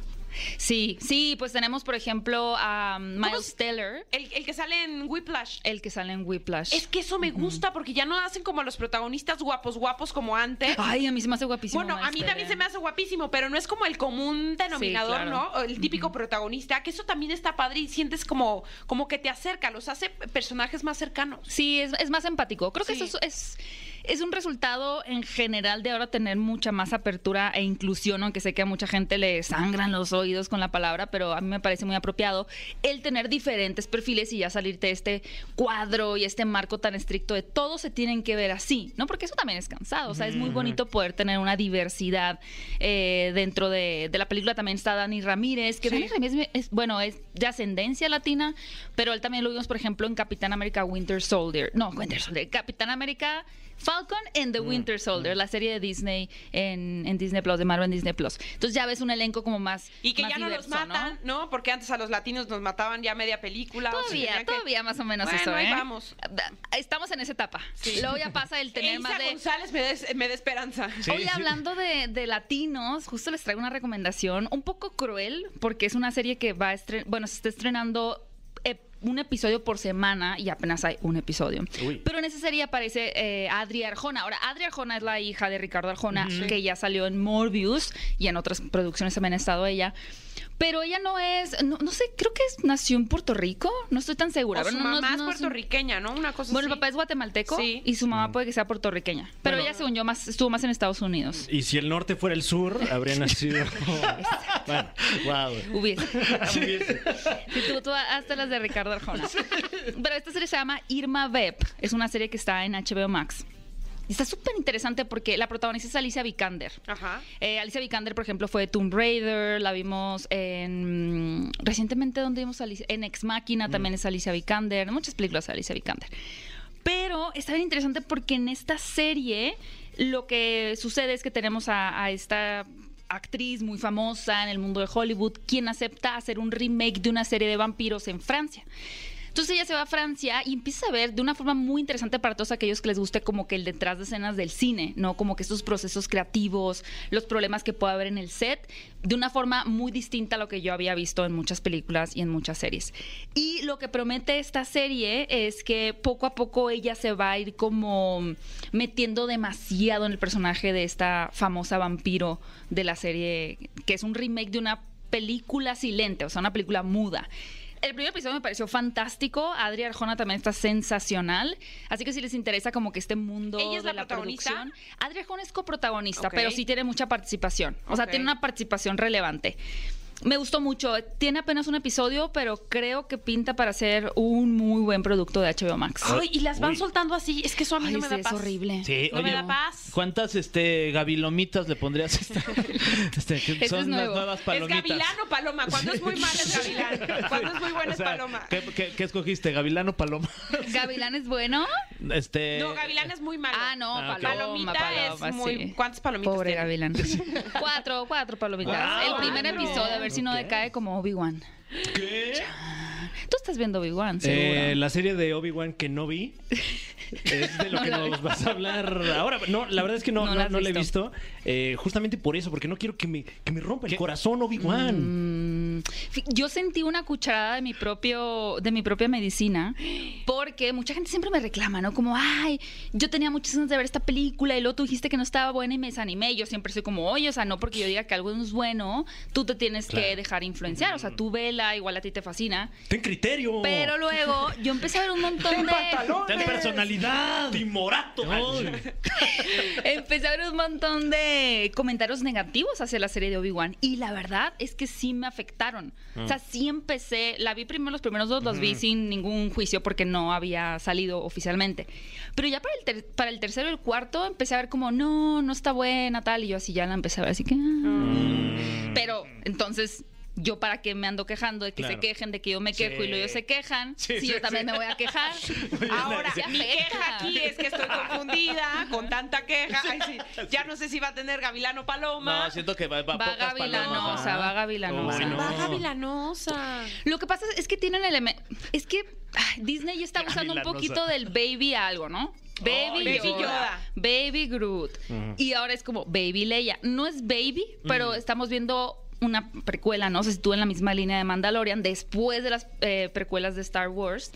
S7: Sí, sí, pues tenemos, por ejemplo, a Miles Teller,
S2: El, el que sale en Whiplash.
S7: el que sale en Whiplash.
S2: Es que eso me gusta porque ya no hacen como a los protagonistas guapos, guapos como antes.
S7: Ay, a mí se me hace guapísimo.
S2: Bueno, a
S7: Miles
S2: mí también
S7: Teller.
S2: se me hace guapísimo, pero no es como el común denominador,
S7: claro.
S2: ¿no? O El típico protagonista, que eso también está padre y sientes como, como que te acerca, los hace personajes más cercanos.
S7: Sí, es, es más empático. Creo que
S2: Sí.
S7: eso es, es, es un resultado en general de ahora tener mucha más apertura e inclusión, aunque sé que a mucha gente le sangran los oídos con la palabra, pero a mí me parece muy apropiado el tener diferentes perfiles y ya salirte de este cuadro y este marco tan estricto de todos se tienen que ver así, ¿no? Porque eso también es cansado. O sea, es muy bonito poder tener una diversidad eh, dentro de, de la película. También está Dani Ramírez, que
S2: Sí.
S7: Dani Ramírez me- es, bueno, es de ascendencia latina, pero él también lo vimos, por ejemplo, en Capitán América Winter Soldier. No, Winter Soldier. Capitán América Falcon and the
S3: Mm,
S7: Winter Soldier, la serie de Disney en, en Disney Plus, de Marvel en Disney Plus. Entonces ya ves un elenco como más.
S2: Y que
S7: más
S2: ya no los
S7: diverso, ¿no?
S2: matan, ¿no? Porque antes a los latinos nos mataban ya media película. o se
S7: Todavía,
S2: tenían que-
S7: todavía más o menos
S2: Bueno,
S7: eso,
S2: ahí
S7: ¿eh?
S2: vamos.
S7: Estamos en esa etapa. Luego ya pasa el tener
S2: Elisa
S7: más de...
S2: González me da, me da esperanza.
S7: Hoy hablando de, de latinos, justo les traigo una recomendación un poco cruel, porque es una serie que va a estrenar, bueno, se está estrenando eh, un episodio por semana y apenas hay un episodio. Pero en esa serie aparece eh, Adri Arjona. Ahora, Adri Arjona es la hija de Ricardo Arjona, que ya salió en Morbius y en otras producciones también ha estado ella. Pero ella no es, no, no sé, creo que es- nació en Puerto Rico, no estoy tan segura.
S2: O su
S7: Bueno, no-
S2: mamá es
S7: no- no-
S2: puertorriqueña, ¿no? Una cosa
S7: Bueno,
S2: así.
S7: el papá es guatemalteco
S2: Sí.
S7: y su mamá puede que sea puertorriqueña. Pero
S4: Bueno.
S7: ella, según yo, más, estuvo más en Estados Unidos.
S4: Y si el norte fuera el sur, habría nacido. bueno, wow.
S7: Hubiese. Sí, tú, tú hasta las de Ricardo Arjona. Pero esta serie se llama Irma Vep. Es una serie que está en HBO Max. Y está súper interesante porque la protagonista es Alicia Vikander.
S2: Ajá.
S7: Eh, Alicia Vikander, por ejemplo, fue Tomb Raider, la vimos en... Recientemente, ¿dónde vimos a Alicia? En Ex Máquina también es Alicia Vikander, muchas películas de Alicia Vikander. Pero está bien interesante porque en esta serie lo que sucede es que tenemos a, a esta actriz muy famosa en el mundo de Hollywood quien acepta hacer un remake de una serie de vampiros en Francia.
S3: Entonces ella se va a Francia y empieza a ver de una forma muy interesante para todos aquellos que les guste como que el detrás de escenas del cine, ¿no? Como que estos procesos creativos, los problemas que puede haber en el set, de una forma muy distinta a lo que yo había visto en muchas películas y en muchas series. Y lo que promete esta serie es que poco a poco ella se va a ir como metiendo demasiado en el personaje de esta famosa vampiro de la serie, que es un remake de una película silente, o sea, una película muda. El primer episodio me pareció fantástico. Adri Arjona también está sensacional. Así que si les interesa como que este mundo
S2: ¿Ella es
S3: de
S2: la protagonista?
S3: producción. Adri Arjona es coprotagonista,
S2: Ok.
S3: pero sí tiene mucha participación. O sea,
S2: Ok.
S3: tiene una participación relevante. Me gustó mucho. Tiene apenas un episodio, pero creo que pinta para ser un muy buen producto de HBO Max.
S2: Ay, y las van
S7: Uy.
S2: soltando así. Es que eso a mí
S3: Ay,
S2: no me
S3: sí,
S2: da
S3: es
S2: paz.
S3: horrible.
S7: Sí,
S2: No me
S7: oye,
S2: da paz.
S7: ¿cuántas este, gavilomitas le pondrías a esta? Este, que
S3: Este
S7: son
S3: es
S7: las
S3: nuevo.
S7: nuevas
S2: ¿Es
S7: palomitas.
S2: gavilán o paloma? Cuando es muy mal es gavilán. Cuando es muy bueno
S7: O
S2: es
S7: sea,
S2: paloma.
S7: ¿qué, qué, qué escogiste, gavilán o paloma?
S3: ¿Gavilán es bueno?
S7: Este,
S2: No, gavilán es muy malo.
S3: Ah, no,
S7: Ah, ok.
S2: Palomita
S3: palomita, paloma,
S2: es muy...
S3: sí.
S2: ¿Cuántas palomitas
S3: Pobre
S2: tiene?
S3: Gavilán. cuatro, cuatro palomitas.
S7: Ah,
S3: el primer
S2: cuatro.
S3: episodio, a ver si no decae como Obi-Wan. ¿Qué? Tú estás viendo Obi-Wan, seguro.
S4: Eh, la serie de Obi-Wan que no vi es de lo que nos vas a hablar ahora. No, la verdad es que no,
S3: No
S4: no,
S3: la has
S4: no la he
S3: visto.
S4: visto. Eh, justamente por eso, porque no quiero que me, que me rompa el corazón Obi-Wan.
S3: Mm, fi- Yo sentí una cucharada de mi propio, de mi propia medicina, porque mucha gente siempre me reclama, ¿no? Como, ay, yo tenía muchas ganas de ver esta película y luego tú dijiste que no estaba buena y me desanimé. Y yo siempre soy como, oye, o sea, no porque yo diga que algo no es bueno, tú te tienes que dejar influenciar. O sea, tú vela, igual a ti te fascina.
S4: ¡Ten criterio!
S3: Pero luego yo empecé a ver un montón de.
S7: ten personalidad.
S4: ¡Timorato!
S3: Empecé a ver un montón de comentarios negativos hacia la serie de Obi-Wan y la verdad es que sí me afectaron. O sea, sí empecé, la vi primero, los primeros dos los vi sin ningún juicio porque no había salido oficialmente. Pero ya para el, ter- para el tercero y el cuarto empecé a ver como, no, no está buena, tal, y yo así ya la empecé a ver, así que... ah. Pero entonces... Yo para qué me ando quejando de que
S4: Claro.
S3: se quejen, de que yo me quejo y luego ellos se quejan,
S4: Sí,
S3: si
S4: sí,
S3: yo también
S4: sí.
S3: me voy a quejar.
S2: Ahora,
S3: Sí
S2: mi
S3: afecta.
S2: queja aquí es que estoy confundida con tanta queja. Ay, sí. Ya no sé si va a tener Gavilán o Paloma.
S7: No, siento que va, va,
S3: Va
S7: pocas palomas.
S3: gavilanosa, va gavilanosa.
S4: ¿ah? Uy, no.
S2: Va Gavilanosa.
S3: Lo que pasa es que tienen elementos. Es que ah, Disney ya está abusando un
S7: Gavilanosa.
S3: poquito del baby algo, ¿no? Baby,
S2: Baby
S3: Yoda,
S2: Yoda.
S3: Baby Groot. Y ahora es como Baby Leia. No es Baby, pero estamos viendo una precuela, ¿no? Se sitúa en la misma línea de Mandalorian después de las eh, precuelas de Star Wars.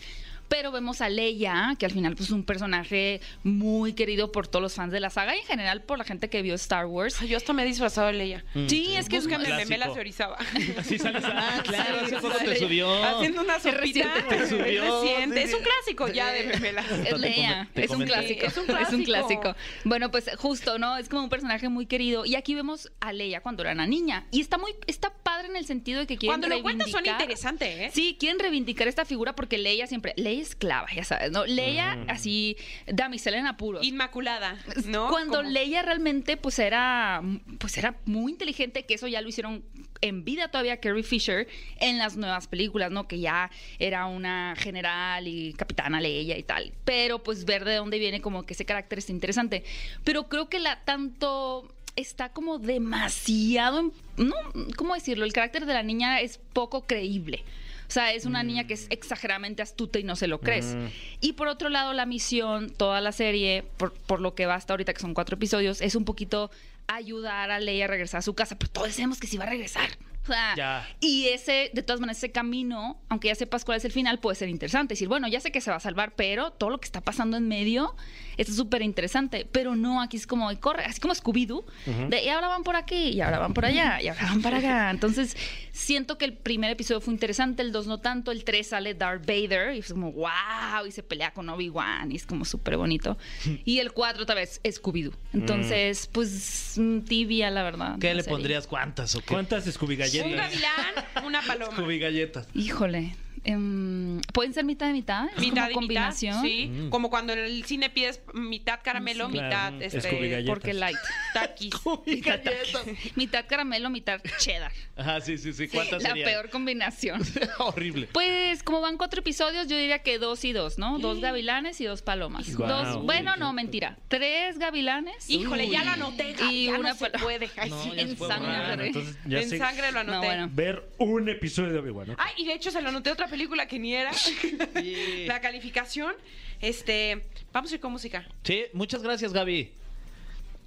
S3: Pero vemos a Leia, que al final pues, es un personaje muy querido por todos los fans de la saga y en general por la gente que vio Star Wars.
S2: Ay, Yo hasta me he disfrazado de Leia.
S3: Sí, es que es
S2: Búscame
S7: Mm, clásico.
S2: memelas de Orizaba.
S7: Sí, sales. Ah, claro, hace poco te
S2: Sale
S7: subió.
S2: Haciendo una sopita.
S3: reciente te
S2: Es
S7: subió,
S2: reciente.
S7: sí,
S2: Es
S7: sí.
S2: un clásico ya de memelas.
S3: Es
S7: te
S3: Leia,
S7: comen- te
S3: es un,
S7: comenté.
S3: clásico,
S2: Sí, es un
S3: es un
S2: clásico.
S3: clásico. Bueno, pues justo, ¿no? Es como un personaje muy querido. Y aquí vemos a Leia cuando era una niña. Y está muy, está padre en el sentido de que quieren
S2: Cuando lo cuentas suena
S3: reivindicar-
S2: interesante, ¿eh?
S3: Sí, quieren reivindicar esta figura porque Leia siempre, Leia esclava, ya sabes, ¿no? Leia así, damisela en apuros.
S2: Inmaculada, ¿no?
S3: Cuando
S2: Como-
S3: Leia realmente pues era, pues era muy inteligente, que eso ya lo hicieron en vida todavía Carrie Fisher en las nuevas películas, ¿no? Que ya era una general y capitana Leia y tal. Pero pues ver de dónde viene como que ese carácter es interesante. Pero creo que la tanto está como demasiado, en- no, ¿cómo decirlo? El carácter de la niña es poco creíble. O sea, es una niña que es exageradamente astuta y no se lo crees. Y por otro lado, la misión, toda la serie, por, por lo que va hasta ahorita, que son cuatro episodios, es un poquito ayudar a Leia a regresar a su casa. Pero todos sabemos que sí va a regresar. O sea,
S7: Ya.
S3: Ah, y ese, de todas maneras, ese camino, aunque ya sepas cuál es el final, puede ser interesante. Decir, bueno, ya sé que se va a salvar, pero todo lo que está pasando en medio está súper interesante. Pero no, aquí es como, "Ay, corre, así como Scooby-Doo. de, Y ahora van por aquí, y ahora van por allá, y ahora van para acá. Entonces, siento que el primer episodio fue interesante, el dos no tanto, el tres sale Darth Vader, y es como, wow, y se pelea con Obi-Wan, y es como súper bonito. Y el cuatro otra vez, Scooby-Doo. Entonces, pues, mm, tibia, la verdad.
S7: ¿Qué
S3: la
S7: le
S3: serie.
S7: pondrías? ¿Cuántas o qué?
S4: ¿Cuántas Scooby
S2: Un
S4: galletas?
S2: gavilán, una paloma.
S7: Scooby galletas.
S3: Híjole. em, ¿Pueden ser mitad de mitad? ¿Es
S2: Mitad
S3: como
S2: y
S3: combinación?
S2: mitad, sí. Como cuando en el cine pides mitad caramelo,
S4: Sí.
S2: mitad
S4: Claro, Scooby
S2: este,
S4: galletas.
S3: Porque light.
S2: taquis.
S3: mitad, taquis. mitad caramelo, mitad cheddar.
S7: Ajá, sí, sí, sí. ¿Cuántas
S3: La
S7: serían?
S3: peor combinación.
S7: Horrible.
S3: Pues como van cuatro episodios, yo diría que dos y dos, ¿no? Dos gavilanes y dos palomas.
S4: Guau.
S3: Dos, bueno, no, mentira. Tres gavilanes.
S2: Híjole, ya la anoté. ja,
S3: Y
S2: ya
S3: una
S2: no se
S3: palo-
S2: puede. Ay,
S7: No,
S2: sí.
S7: ya se
S2: en
S7: fue
S2: sangre.
S7: borrando,
S3: entonces
S2: en sangre lo anoté.
S3: No, bueno.
S4: Ver un episodio de Obi-Wan. ¿no?
S3: Ah,
S2: Ay, y de hecho se lo anoté a otra
S9: película que ni era. La calificación. Este, vamos a ir con música.
S3: Sí,
S7: Eh,
S3: muchas gracias, Gaby.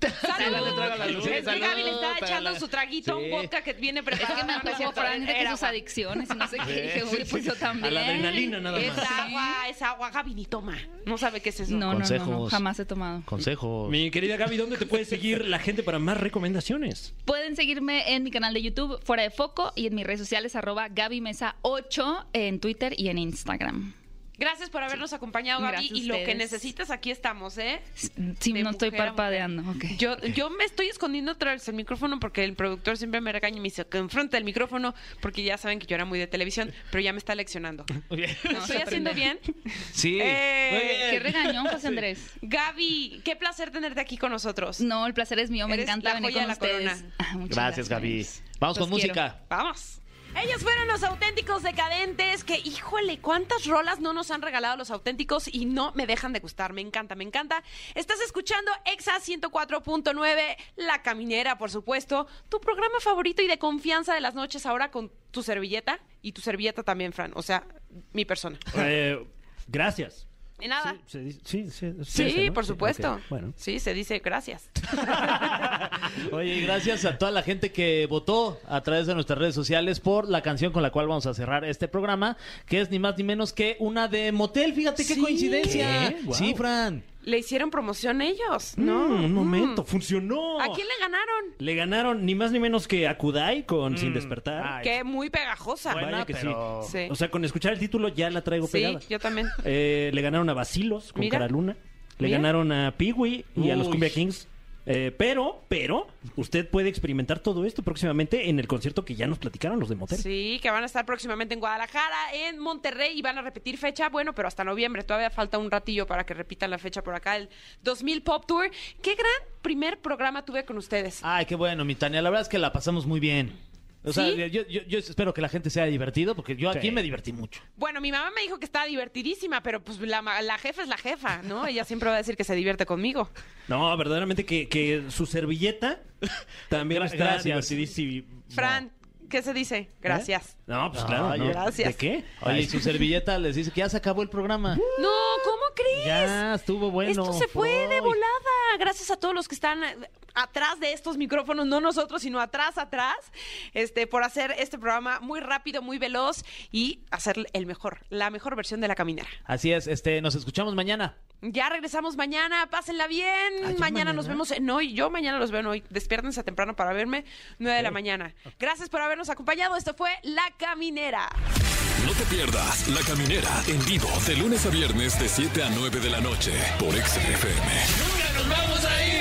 S3: Dale, traga la luz.
S9: Es que
S3: Salud,
S9: Gaby le está
S3: para
S9: echando
S3: la-
S9: su traguito a
S3: Sí.
S9: un vodka que viene preparado.
S13: Es que me
S9: No,
S3: Pues,
S9: no
S13: antojó
S9: es cierto,
S13: por Anne de
S9: era
S13: sus
S9: agua.
S13: adicciones y no sé qué. Dije,
S3: Sí,
S13: uy, pues
S3: sí.
S13: yo también.
S3: A la adrenalina nada
S9: Es
S3: más.
S9: agua, es agua. Gaby ni toma. No sabe qué es eso.
S13: No, no, no, no,
S3: Consejos.
S13: jamás he tomado.
S3: Consejos.
S4: Mi querida Gaby, ¿dónde te puede seguir la gente para más recomendaciones?
S13: Pueden seguirme en mi canal de YouTube, Fuera de Foco, y en mis redes sociales, arroba Gaby Mesa 8, en Twitter y en Instagram.
S9: Gracias por habernos acompañado, Gaby.
S13: Gracias a
S9: y lo que
S13: ustedes.
S9: necesitas, aquí estamos, ¿eh?
S13: Sí,
S9: De
S13: no estoy
S9: mujer a
S13: parpadeando. ok.
S9: Yo, yo me estoy escondiendo tras el micrófono porque el productor siempre me regaña y me dice que enfrente del micrófono porque ya saben que yo era muy de televisión, pero ya me está leccionando.
S3: Muy bien.
S9: ¿Lo estoy haciendo bien?
S3: Sí.
S9: Eh,
S3: Muy bien.
S13: Qué regañón, José Andrés.
S9: Gaby, qué placer tenerte aquí con nosotros.
S13: No, el placer es mío. Me
S9: Eres
S13: encanta
S9: la
S13: venir
S9: joya
S13: con
S9: de la
S13: ustedes.
S9: corona.
S13: Ah, muchas
S3: Gracias, Gaby. Vamos con
S13: Los quiero.
S3: música.
S9: Vamos.
S2: Ellos fueron los auténticos decadentes, que híjole, cuántas rolas no nos han regalado los auténticos y no me dejan de gustar, me encanta, me encanta. Estás escuchando Exa 104.9, La Caminera, por supuesto, tu programa favorito y de confianza de las noches ahora con tu servilleta y tu servilleta también, Fran, o sea, mi persona.
S4: Eh, gracias.
S2: De nada.
S4: Sí, se dice- sí, sí, sí,
S9: Sí,
S4: ese, ¿no?
S9: por
S4: Sí,
S9: supuesto.
S4: ok, Bueno.
S9: Sí, se dice gracias.
S3: Oye, y gracias a toda la gente que votó a través de nuestras redes sociales por la canción con la cual vamos a cerrar este programa, que es ni más ni menos que una de Motel. Fíjate qué
S9: Sí.
S3: coincidencia.
S4: ¿Qué? Guau.
S3: Sí, Fran.
S9: Le hicieron promoción ellos,
S4: No,
S9: ¿no?
S4: Mm, un
S2: Mm.
S4: momento, funcionó.
S9: ¿A quién le ganaron?
S4: Le ganaron ni más ni menos que a Kudai con Sin Despertar.
S3: Ay,
S9: Que muy pegajosa.
S4: Vaya que
S3: pero-
S4: sí.
S9: Sí.
S4: O sea, con escuchar el título ya la traigo
S9: Sí,
S4: pegada.
S9: yo también.
S4: Eh, le ganaron a Basilos con
S9: Mira.
S4: Cara Luna. Le
S9: Mira.
S4: ganaron a Peewee y a los
S3: Uy.
S4: Cumbia Kings. Eh, pero, pero, usted puede experimentar todo esto próximamente en el concierto que ya nos platicaron los de Motel.
S9: Sí, que van a estar próximamente en Guadalajara, en Monterrey y van a repetir fecha, bueno, pero hasta noviembre, todavía falta un ratillo para que repitan la fecha por acá, el 2000 Pop Tour. Qué gran primer programa tuve con ustedes.
S3: Ay, qué bueno, mi Tania. La verdad es que la pasamos muy bien. O sea,
S9: ¿Sí?
S3: yo, yo- yo espero que la gente sea divertido porque yo aquí
S4: Sí.
S3: me divertí mucho.
S9: Bueno, mi mamá me dijo que estaba divertidísima, pero pues la, ma- la jefa es la jefa, ¿no? Ella siempre va a decir que se divierte conmigo.
S4: No, verdaderamente que, que su servilleta también va a estar
S3: Gracias.
S4: divertidísima.
S9: Fran, ¿qué se dice? Gracias.
S4: ¿Eh? No, pues claro.
S3: Ay,
S4: no.
S9: gracias.
S4: ¿De qué?
S3: Oye, y su servilleta les dice que ya se acabó el programa.
S2: No, ¿cómo crees?
S3: Ya estuvo bueno.
S2: Esto se fue de
S3: Ay.
S2: volada. Gracias a todos los que están eh, atrás de estos micrófonos, no nosotros, sino atrás, atrás, este, por hacer este programa muy rápido, muy veloz y hacer el mejor, la mejor versión de la caminera.
S3: Así es, este, nos escuchamos mañana.
S2: Ya regresamos mañana, pásenla bien.
S3: Ah, ¿ya
S2: mañana, nos
S3: mañana?
S2: vemos en hoy. Yo mañana los veo en hoy. Despiértense temprano para verme, 9 de la mañana. Gracias por habernos acompañado. Esto fue La Caminera.
S1: No te pierdas La Caminera en vivo de lunes a viernes de 7 a 9 de la noche por Exa FM.
S10: ¡Nunca nos vamos a ir!